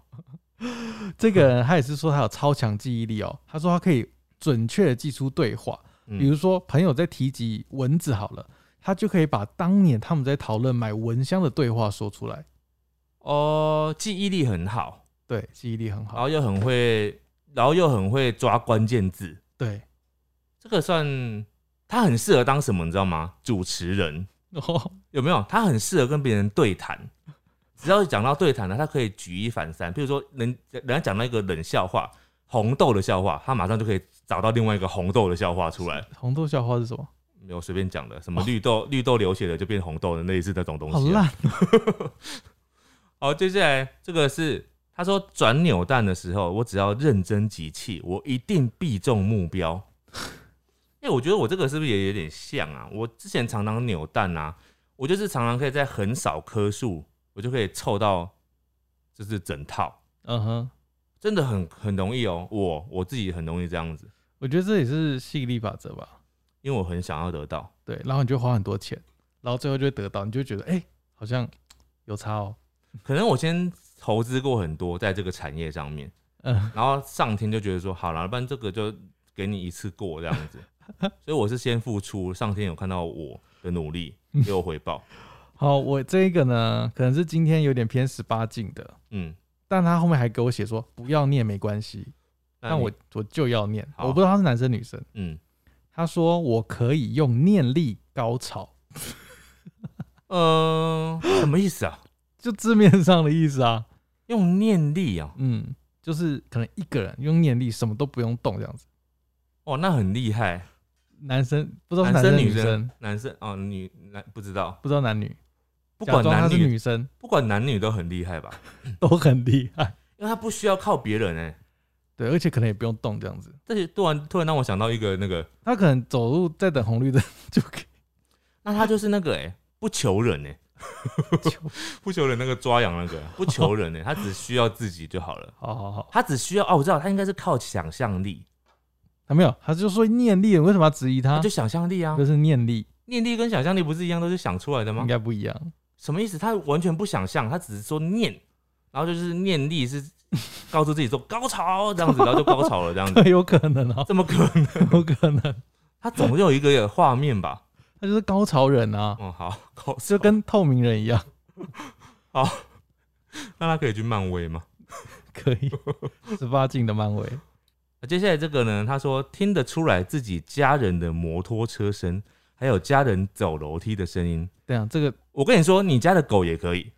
这个人他也是说他有超强记忆力哦、他说他可以准确的记出对话，
嗯
比如说朋友在提及蚊子好了，他就可以把当年他们在讨论买蚊香的对话说出来。
哦，记忆力很好，
对，记忆力很
然
好。
后又很会，然后又很会抓关键字，
对，
这个算他很适合当什么，你知道吗？主持人
哦，
有没有？他很适合跟别人对谈，只要讲到对谈呢，他可以举一反三。比如说人人家讲到一个冷笑话，红豆的笑话，他马上就可以找到另外一个红豆的笑话出来。
红豆笑话是什么？
没有随便讲的，什么绿豆、绿豆流血了就变红豆的类似那种东西
好
啊。
烂，
好，接下来这个是他说转扭蛋的时候，我只要认真集气，我一定必中目标。 <laughs> 哎、我觉得我这个是不是也有点像啊？我之前常常扭蛋啊，我就是常常可以在很少颗数，我就可以凑到就是整套，
嗯哼，
真的很很容易哦。我我自己很容易这样子，
我觉得这也是吸引力法则吧。
因为我很想要得到。
对，然后你就花很多钱，然后最后就会得到，你就会觉得哎、好像有差哦。
可能我先投资过很多在这个产业上面，
嗯，
然后上天就觉得说，好了，不然这个就给你一次过这
<laughs>
样子。所以我是先付出，上天有看到我的努力，
嗯
给我回报。
好，我这一个呢，可能是今天有点偏十八禁的，
嗯，
但他后面还给我写说不要念没关系，
那
但
你
我我就要念，
好
我不知道他是男生女生。
嗯
他说我可以用念力高潮。
呃，什么意思啊？
就字面上的意思啊。
用念力啊，
嗯，就是可能一个人用念力，什么都不用动这样子。
哇，哦那很厉害。
男生不知道是
男
男生
女
女生，
男生哦，女男不知道，
不知道男女，
不
假
管
装他
男
是
女，
女生
不管男女都很厉害吧？
都很厉害。
因为他不需要靠别人哎、
对，而且可能也不用动这样子，
这突然突然让我想到一个那个，
他可能走路在等红绿灯
<laughs>
就可以。
那他就是那个哎、不求人哎、 <laughs> 不求人那个抓羊那个 <laughs> 不求人呢、欸他只需要自己就好 <laughs> 了。
好好好，
他只需要哦，我知道他应该是靠想象力，
他没有，他就说念力，为什么要质疑他
就？想象力啊
就，是念力，
念力跟想象力不是一样都是想出来的吗
应？该不一样。 <laughs>
什么意思？他完全不想象，他只是说念，然后就是念力 <laughs> 是告诉自己说高潮这样子，然后就高潮了这 <laughs> 样子，
对，有可能哦、
怎么可能？
有可能，
他总有一个画面吧？
他就是高潮人啊，
嗯，好，高潮
就跟透明人一样，
那他可以去漫威吗？
可以十八禁的漫威，
那接下来这个呢？他说听得出来自己家人的摩托车声，还有家人走楼梯的声音。
对啊，这个，
我跟你说，你家的狗也可以，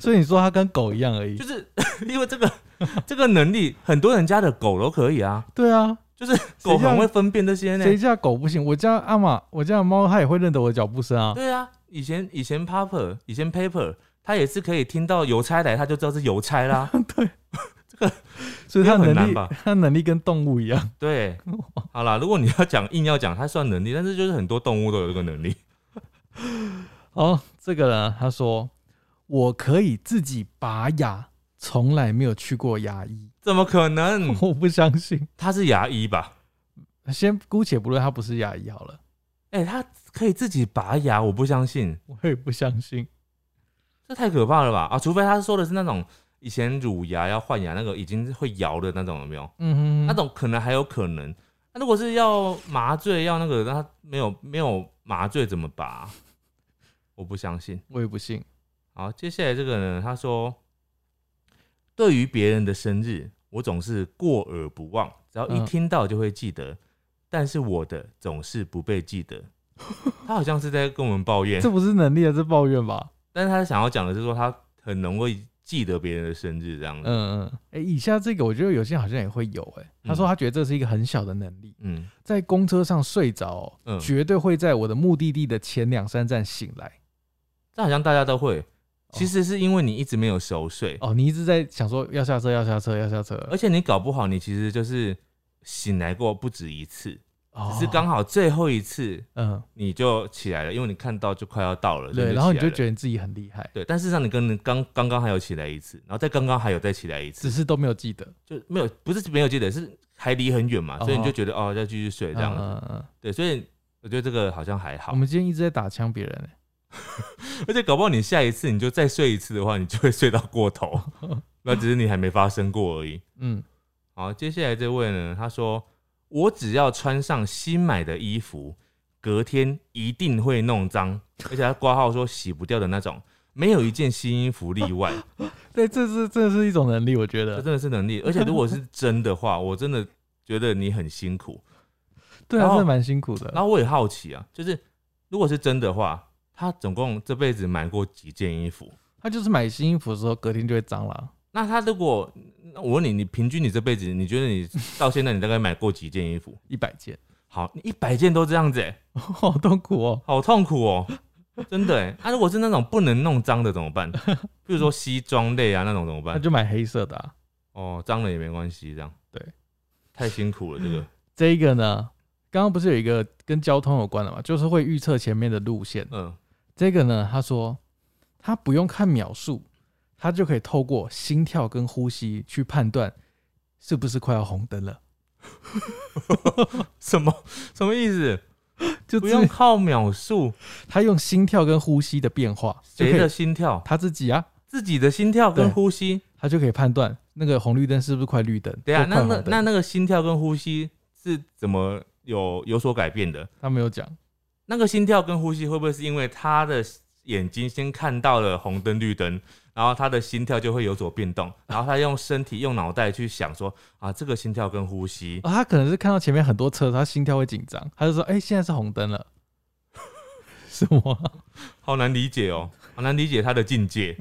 所以你说他跟狗一样而已
就，是 <laughs> 因为这个这个能力，很多人家的狗都可以啊。
对啊，
就是狗
谁家
很会分辨这些呢。
谁家狗不行？我家阿玛，我家的猫它也会认得我的脚步声啊，
对啊，以前以前 Papa，以前 Paper，他也是可以听到邮差来，他就知道是邮差
<laughs>
啦。
所以它
这很
能
难
力
吧，
<laughs> 它能力跟动物一样，
对，好啦，如果你要讲硬要讲，它算能力，但是就是很多动物都有这个能力。
哦，这个人他说我可以自己拔牙，从来没有去过牙医，
怎么可能？
<laughs> 我不相信。
他是牙医吧？
先姑且不论他不是牙医好了，
哎、他可以自己拔牙，我不相信，
我也不相信。
这太可怕了吧？啊，除非他说的是那种以前乳牙要换牙那个已经会摇的那种，有没有？
嗯哼，
那种可能还有可能。那如果是要麻醉要那个，那他没有没有麻醉怎么拔？我不相信。
我也不信。
好，接下来这个呢，他说，对于别人的生日，我总是过耳不忘，只要一
嗯
听到就会记得，但是我的总是不被记
<laughs>
得。他好像是在跟我们抱怨
这，不是能力啊，这抱怨吧？
但是他想要讲的是说，他很容易记得别人的生日这样子。
嗯嗯。哎、以下这个我觉得有些人好像也会有、哎，他说
嗯
他觉得这是一个很小的能力，
嗯，
在公车上睡着哦、
嗯
绝对会在我的目的地的前两三站醒来。
这好像大家都会。其实是因为你一直没有熟睡，
哦，你一直在想说要下车，要下车，要下车，
而且你搞不好你其实就是醒来过不止一次，
哦
只是刚好最后一次
嗯
你就起来了，因为你看到就快要到了，所以
对，然后你
起
就
来了
觉得你自己很厉害，
对，但事实上你跟刚刚刚还有起来一次，然后再刚刚还有再起来一
只
次，
是都没有记得
就没有不是没有记得是还离很远嘛，
哦
所以你就觉得哦要继续睡这样子，
嗯嗯嗯
对，所以我觉得这个好像还
我
好，
们今天一直在打枪别人、哎
而且搞不好你下一次你就再睡一次的话，你就会睡到过头， <laughs> 那只是你还没发生过而已。 <laughs>
嗯，
好，接下来这位呢，他说我只要穿上新买的衣服，隔天一定会弄脏，而且他挂号说洗不掉的那种，没有一件新衣服例外。
对，这是这是一种能力，我觉
这
得。
真的是能力，而且如果是真的话，我真的觉得你很辛苦。
对啊，
然后
这蛮辛苦
然
的。
后我也好奇啊，就是如果是真的话，他总共这辈子买过几件衣服？
他就是买新衣服的时候，隔天就会脏了。
那他如果那我问你，你平均你这辈子，你觉得你到现在你大概买过几件衣服？ <laughs>
一百件，
好，你一百件都这样子、欸，
好痛苦哦。
好痛苦哦、 <laughs> 真的哎、欸。那、如果是那种不能弄脏的怎么办？比如说西装类啊那种怎么
那
办？
就买黑色的、啊。
哦，脏了也没关系，这样
对，
太辛苦了这
<laughs>
个，
这一个呢，刚刚不是有一个跟交通有关的嘛，就是会预测前面的路线。哦
嗯，
这个呢，他说他不用看秒数，他就可以透过心跳跟呼吸去判断是不是快要红灯了。
什么什么意思？
就
不
自
用靠秒数，
他用心跳跟呼吸的变化，就
谁
可
的
以
心跳？
他自己啊，
自己的心跳跟
对
呼吸。
他就可以判断那个红绿灯是不是快绿灯。
对啊，
或
那
快
那
红灯
那那个心跳跟呼吸是怎么有有所改变的？
他没有讲，
那个心跳跟呼吸会不会是因为他的眼睛先看到了红灯绿灯，然后他的心跳就会有所变动，然后他用身体用脑袋去想说啊，这个心跳跟呼吸，
哦，他可能是看到前面很多车，他心跳会紧张，他就说：“哎、现在是红灯了。” <laughs> 什么啊？
好难理解哦，好难理解他的境界。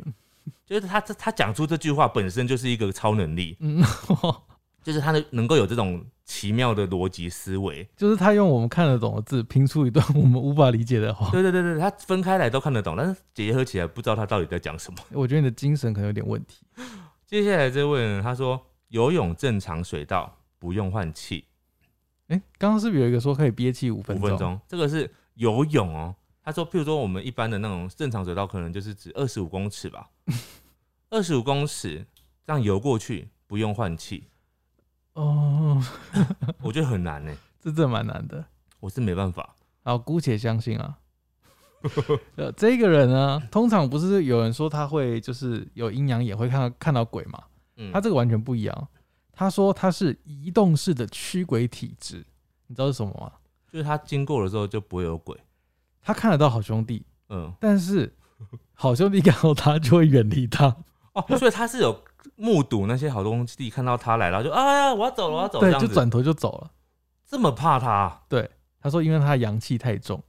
就是他他他讲出这句话本身就是一个超能力，
嗯，
就是他的能够有这种奇妙的逻辑思维，
就是他用我们看得懂的字拼出一段我们无法理解的话。
对对对对，他分开来都看得懂，但是结合起来不知道他到底在讲什么。
我觉得你的精神可能有点问题。
接下来这位呢，他说游泳正常水道不用换气
哎、刚刚是不是有一个说可以憋气五
五
分钟？
分钟，这个是游泳哦。他说，譬如说我们一般的那种正常水道，可能就是指二十五公尺
<laughs>
吧，二十五公尺这样游过去不用换气，
哦，
我觉得很难呢、欸
这真的蛮难的。
我是没办法。
好，姑且相信啊。 <laughs> 呃，这个人呢，通常不是有人说他会就是有阴阳眼，会看到看到鬼嘛？
嗯
他这个完全不一样。他说他是移动式的驱鬼体质，你知道是什么吗？
就是他经过的时候就不会有鬼。
他看得到好兄弟，
嗯，
但
<laughs>
是好兄弟看到他就会远离他。
哦，所以他是有目睹那些好东西，看到他来，然后就哎呀，我要走了，我要走，这
对，
样
就
子，
转头就走了。
这么怕他，啊
他说因为他的阳气太重，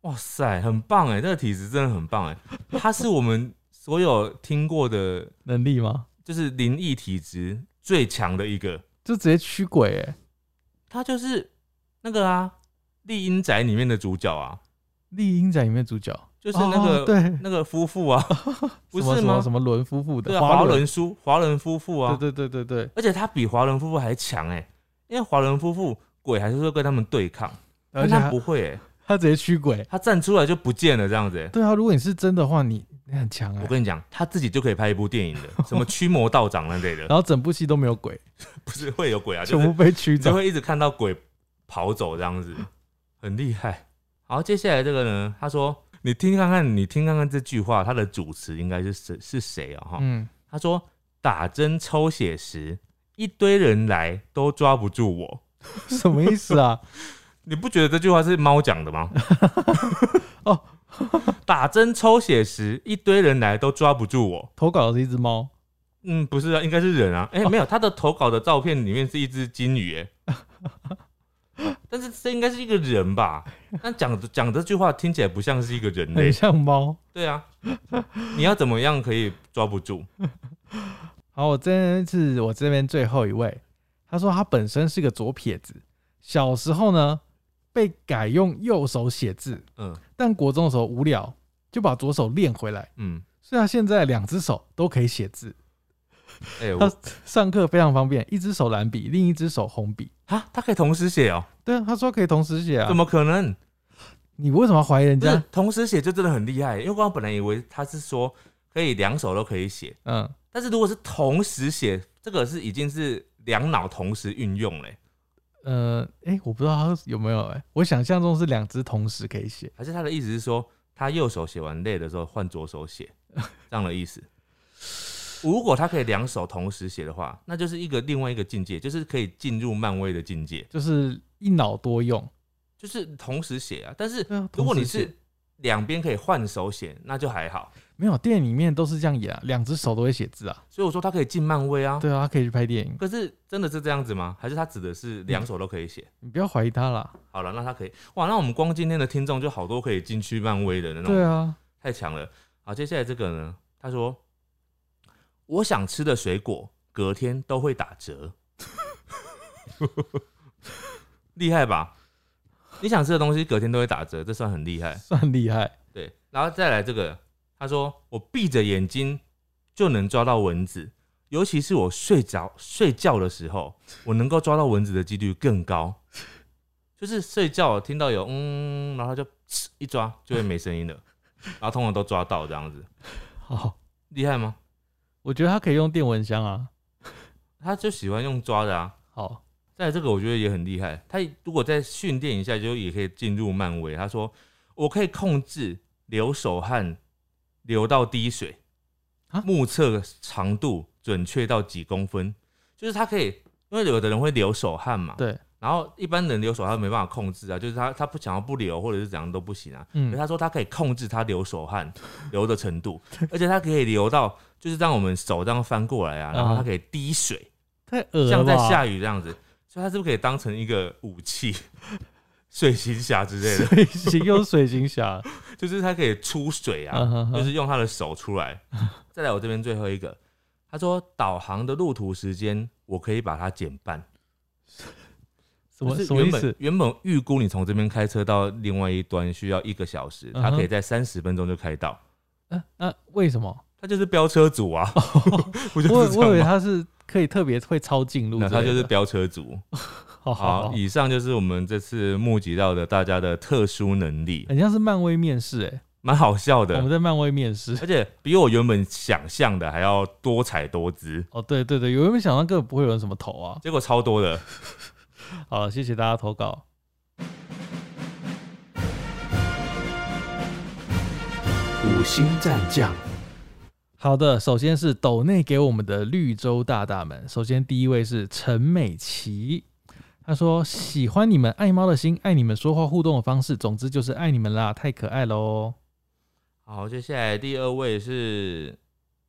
哇塞，很棒哎，这个体质真的很棒哎，他是我们所有听过的，
能力吗？
就是灵异体质最强的一个，
就直接驱鬼哎、
他就是那个啊，《丽英宅》里面的主角啊，
丽英仔里面主角
就是那个、
哦对，
那个夫妇
<laughs>
啊，不
什么
是
什么
吗？
什么伦夫妇
对
的
啊，华
伦，
伦夫华伦夫妇啊，
对对对对对，
而且他比华伦夫妇还强哎、因为华伦夫妇鬼还是会跟他们对抗，
而
但
且
他
他
不会哎、
他直接驱鬼。
他站出来就不见了这样子、欸。
对啊，如果你是真的话，你你很强哎、
我跟你讲，他自己就可以拍一部电影的，
<laughs>
什么驱魔道长那类的，
然后整部戏都没有鬼，
不是会有鬼啊，就
全
是
部被哦驱
你就
走。
会一直看到鬼跑走这样子， <laughs> 很厉害。好，接下来这个呢，他说你听看看，你听看看这句话，他的主持应该是谁是谁啊？哈，
嗯，
他说打针抽血时，一堆人来都抓不住我。
什么意思啊？
你不觉得这句话是猫讲的吗？ <laughs> 哦， <laughs> 打针抽血时，一堆人来都抓不住我。
投稿的是一只猫，
嗯，不是啊，应该是人啊。
哦
哎、没有，他的投稿的照片里面是一只金鱼、哎， <laughs> 但是这应该是一个人吧？那讲讲这句话听起来不像是一个人类
很。像猫。
对啊，你要怎么样可以抓不住？
好，我这是我这边最后一位，他说他本身是个左撇子，小时候呢被改用右手写字，
嗯
但国中的时候无聊，就把左手练回来，
嗯，
所以他现在两只手都可以写字。
哎、
他
我
上课非常方便，一只手蓝笔，另一只手红笔。
啊，他可以同时写哦、
对啊，他说可以同时写啊
怎。么可能？
你为什么要怀疑人
不是
家？
同时写就真的很厉害，因为我刚刚本来以为他是说可以两手都可以写，
嗯，
但是如果是同时写，这个是已经是两脑同时运用嘞，
呃，哎、我不知道他有没有哎、我想象中是两只同时可以写。
还是他的意思是说他右手写完累的时候换左手写 <laughs> 这样的意思？如果他可以两手同时写的话，那就是一个另外一个境界，就是可以进入漫威的境界，
就是一脑多用。
就是同时写啊。但是
对啊，
如
同
果
时
你
写
是两边可以换手写，那就还好。
没有电影里面都是这样演啊，两只手都会写字啊。
所以我说他可以进漫威啊。
对啊，他可以去拍电影，
可是真的是这样子吗？还是他指的是两
嗯
手都可以写？
你不要怀疑他啦。
好了，那他可以哇，那我们光今天的听众就好多可以进去漫威的那种，
对啊，
太强了。好，接下来这个呢，他说我想吃的水果隔天都会打折， <laughs> 厉害吧？你想吃的东西隔天都会打折，这算很厉害。
算厉害。
对，然后再来这个，他说我闭着眼睛就能抓到蚊子，尤其是我睡着睡觉的时候，我能够抓到蚊子的几率更高。就是睡觉听到有嗯，然后就呲一抓就会没声音了，然后通常都抓到这样子，
好，
厉害吗？
我觉得他可以用电蚊香啊。
他就喜欢用抓的啊。
好，
再来这个我觉得也很厉害，他如果再训练一下，就也可以进入漫威。他说我可以控制流手汗流到滴水
啊，
目测长度准确到几公分，就是他可以，因为有的人会流手汗嘛，
对，
然后一般人流手汗没办法控制啊，就是他他不想要不流或者是怎样都不行啊。可是
嗯，
他说他可以控制他流
<laughs>
手汗流的程度，而且他可以流到就是让我们手这样翻过来啊，然后他可以滴水，
太恶了
像在
吧？
下雨这样子，所以它是不是可以当成一个武器？ <laughs> 水行侠之
<laughs>
类的，
水行有水行
<laughs>
侠，
就是它可以出水啊，
嗯哼
就
哼
是用它的手出来。再来我这边最后一个，他说导航的路途时间我可以把它减半，
什么
就是
什么意
原本
思？
原本预估你从这边开车到另外一端需要一个小时，
嗯哼
它可以在三十分钟就开到。
嗯、那、为什么？
他就是飙车族啊， <laughs> 不就
我
是这
哦我以为
样吗？
他是可以特别会抄近路之
那
类
他
的，
就是飙车族。
<laughs> 好好
好，
好，
以上就是我们这次募集到的大家的特殊能力，
很像是漫威面试哎、
蛮好笑的
我。们在漫威面试。
而且比我原本想象的还要多彩多姿，
哦，对对对，有没有想到根本不会有人什么投啊？
结果超多的。
好，谢谢大家投稿。
五星战将，
好的，首先是斗内给我们的绿洲大大们。首先第一位是陈美琪，她说喜欢你们爱猫的心，爱你们说话互动的方式，总之就是爱你们啦，太可爱喽。
好，接下来第二位是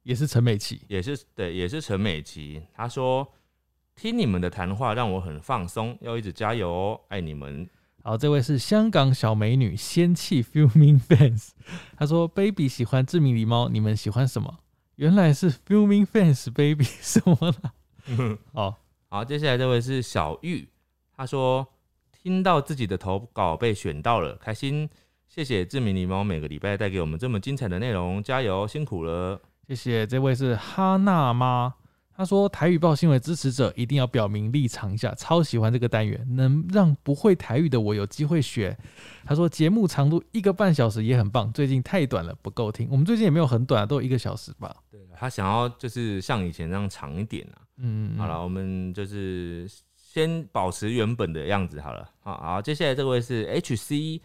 也是陈美琪，
也是对，也是陈美琪，她说听你们的谈话让我很放松，要一直加油哦，爱你们。
好，这位是香港小美女仙气 Fuming Fans，她说 Baby 喜欢致命狸猫，你们喜欢什么？原来是 Fuming Fans Baby <laughs> 什么啦？好，
好，接下来这位是小玉，她说听到自己的投稿被选到了，开心。谢谢志明狸猫每个礼拜带给我们这么精彩的内容，加油，辛苦了。
谢谢这位是哈娜妈，她说台语报新闻支持者一定要表明立场一下，超喜欢这个单元，能让不会台语的我有机会学。她说节目长度一个半小时也很棒，最近太短了不够听，我们最近也没有很短啊，都有一个小时吧。
对，他想要就是像以前那样长一点啊。
嗯，
好了，，我们就是先保持原本的样子好了。好，好，接下来这位是 H C，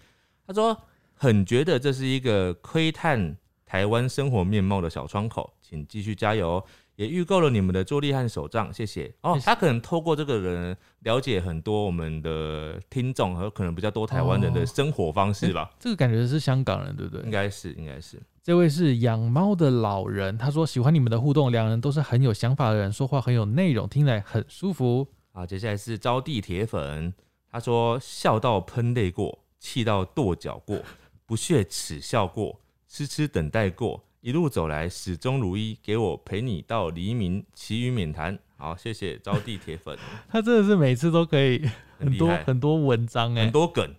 他说很觉得这是一个窥探台湾生活面貌的小窗口，请继续加油哦。也预购了你们的桌历和手账，谢谢。哦
谢，谢
他可能透过这个人了解很多我们的听众和可能比较多台湾人
哦
的生活方式吧，
这个感觉是香港人对不对
应？该是，应该是。
这位是养猫的老人，他说喜欢你们的互动，两人都是很有想法的人，说话很有内容，听来很舒服。
好，啊接下来是招娣铁粉，他说笑到喷泪过，气到跺脚过，不屑耻笑过，痴痴等待过，一路走来始终如一，给我陪你到黎明，其余免谈。好，谢谢招娣铁粉，
他真的是每次都可以很
很厉
多
害，
很多文章哎、
很多梗。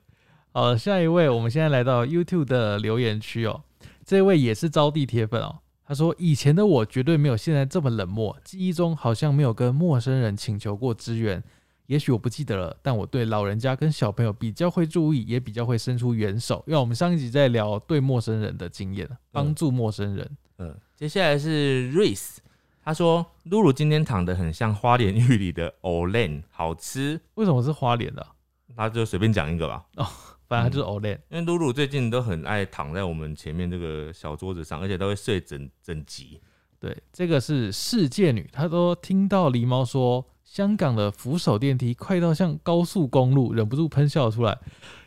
好，下一位，我们现在来到 YouTube 的留言区哦。这位也是招娣铁粉哦，他说：“以前的我绝对没有现在这么冷漠，记忆中好像没有跟陌生人请求过支援。也许我不记得了，但我对老人家跟小朋友比较会注意，也比较会伸出援手。因为我们上一集在聊对陌生人的经验，帮助陌生人。
嗯，接下来是 Race，他说露露今天躺得很像花莲玉里的 Olen，好吃。
为什么是花莲的啊、
他就随便讲一个吧，
反正它就是 Olen，、
因为露露最近都很爱躺在我们前面这个小桌子上，而且都会睡整整集。
对，这个是世界女，她说听到狸猫说香港的扶手电梯快到像高速公路，忍不住喷笑出来。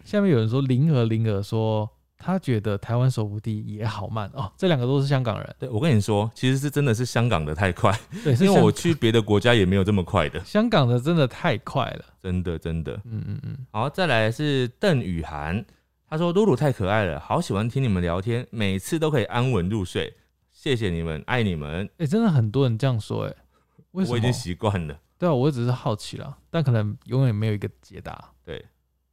下面有人说灵儿灵儿说，她觉得台湾手扶梯也好慢哦，这两个都是香港人，
对，我跟你说，其实是真的是香港的太快，
对，是
因为
香
我去别的国家也没有这么快的，
香港的真的太快了，
真的真的。
嗯嗯嗯，
好，再来是邓雨涵，她说露露太可爱了，好喜欢听你们聊天，每次都可以安稳入睡，谢谢你们，爱你们，
哎、真的很多人这样说、哎，为什
我
么
已？经习惯了。
对啊，我只是好奇啦，但可能永远没有一个解答。
对，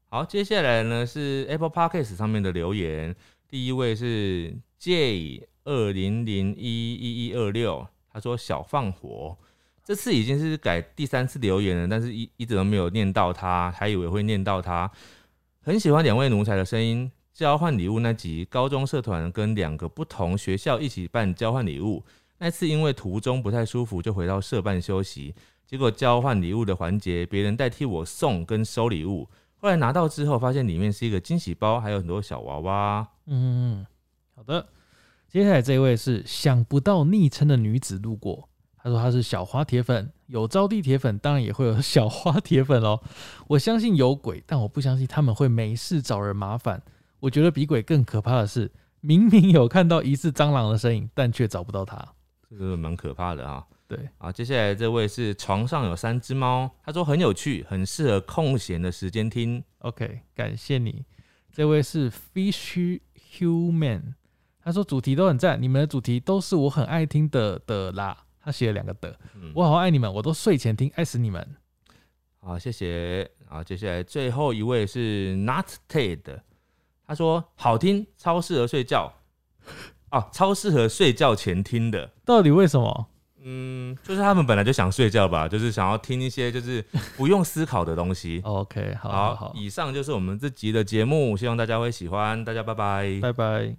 好，接下来呢是 Apple Podcast 上面的留言，第一位是 J 二零零一一一二六，他说小放火，这次已经是改第三次留言了，但是一一直都没有念到他，还以为会念到他，很喜欢两位奴才的声音。交换礼物那集，高中社团跟两个不同学校一起办交换礼物。那次因为途中不太舒服，就回到社办休息。结果交换礼物的环节，别人代替我送跟收礼物。后来拿到之后，发现里面是一个惊喜包，还有很多小娃娃。
嗯，好的。接下来这位是想不到昵称的女子路过，她说她是小花铁粉，有招娣铁粉，当然也会有小花铁粉喽。 <laughs> 我相信有鬼，但我不相信他们会没事找人麻烦。我觉得比鬼更可怕的是，明明有看到疑似蟑螂的身影，但却找不到它。
这个蛮可怕的啊！
对，
啊，接下来这位是床上有三只猫，他说很有趣，很适合空闲的时间听。
OK，感谢你。这位是 Fish Human，他说主题都很赞，你们的主题都是我很爱听的的啦。他写了两个的，
嗯
我好爱你们，我都睡前听，爱死你们。
好，谢谢。啊，接下来最后一位是 Not Ted，他说好听，超适合睡觉。啊，超适合睡觉前听的。
到底为什么？。
嗯，就是他们本来就想睡觉吧，就是想要听一些就是不用思考的东西
OK，好好 <laughs>
好
好，
以上就是我们这集的节目，希望大家会喜欢，大家拜拜。
拜拜。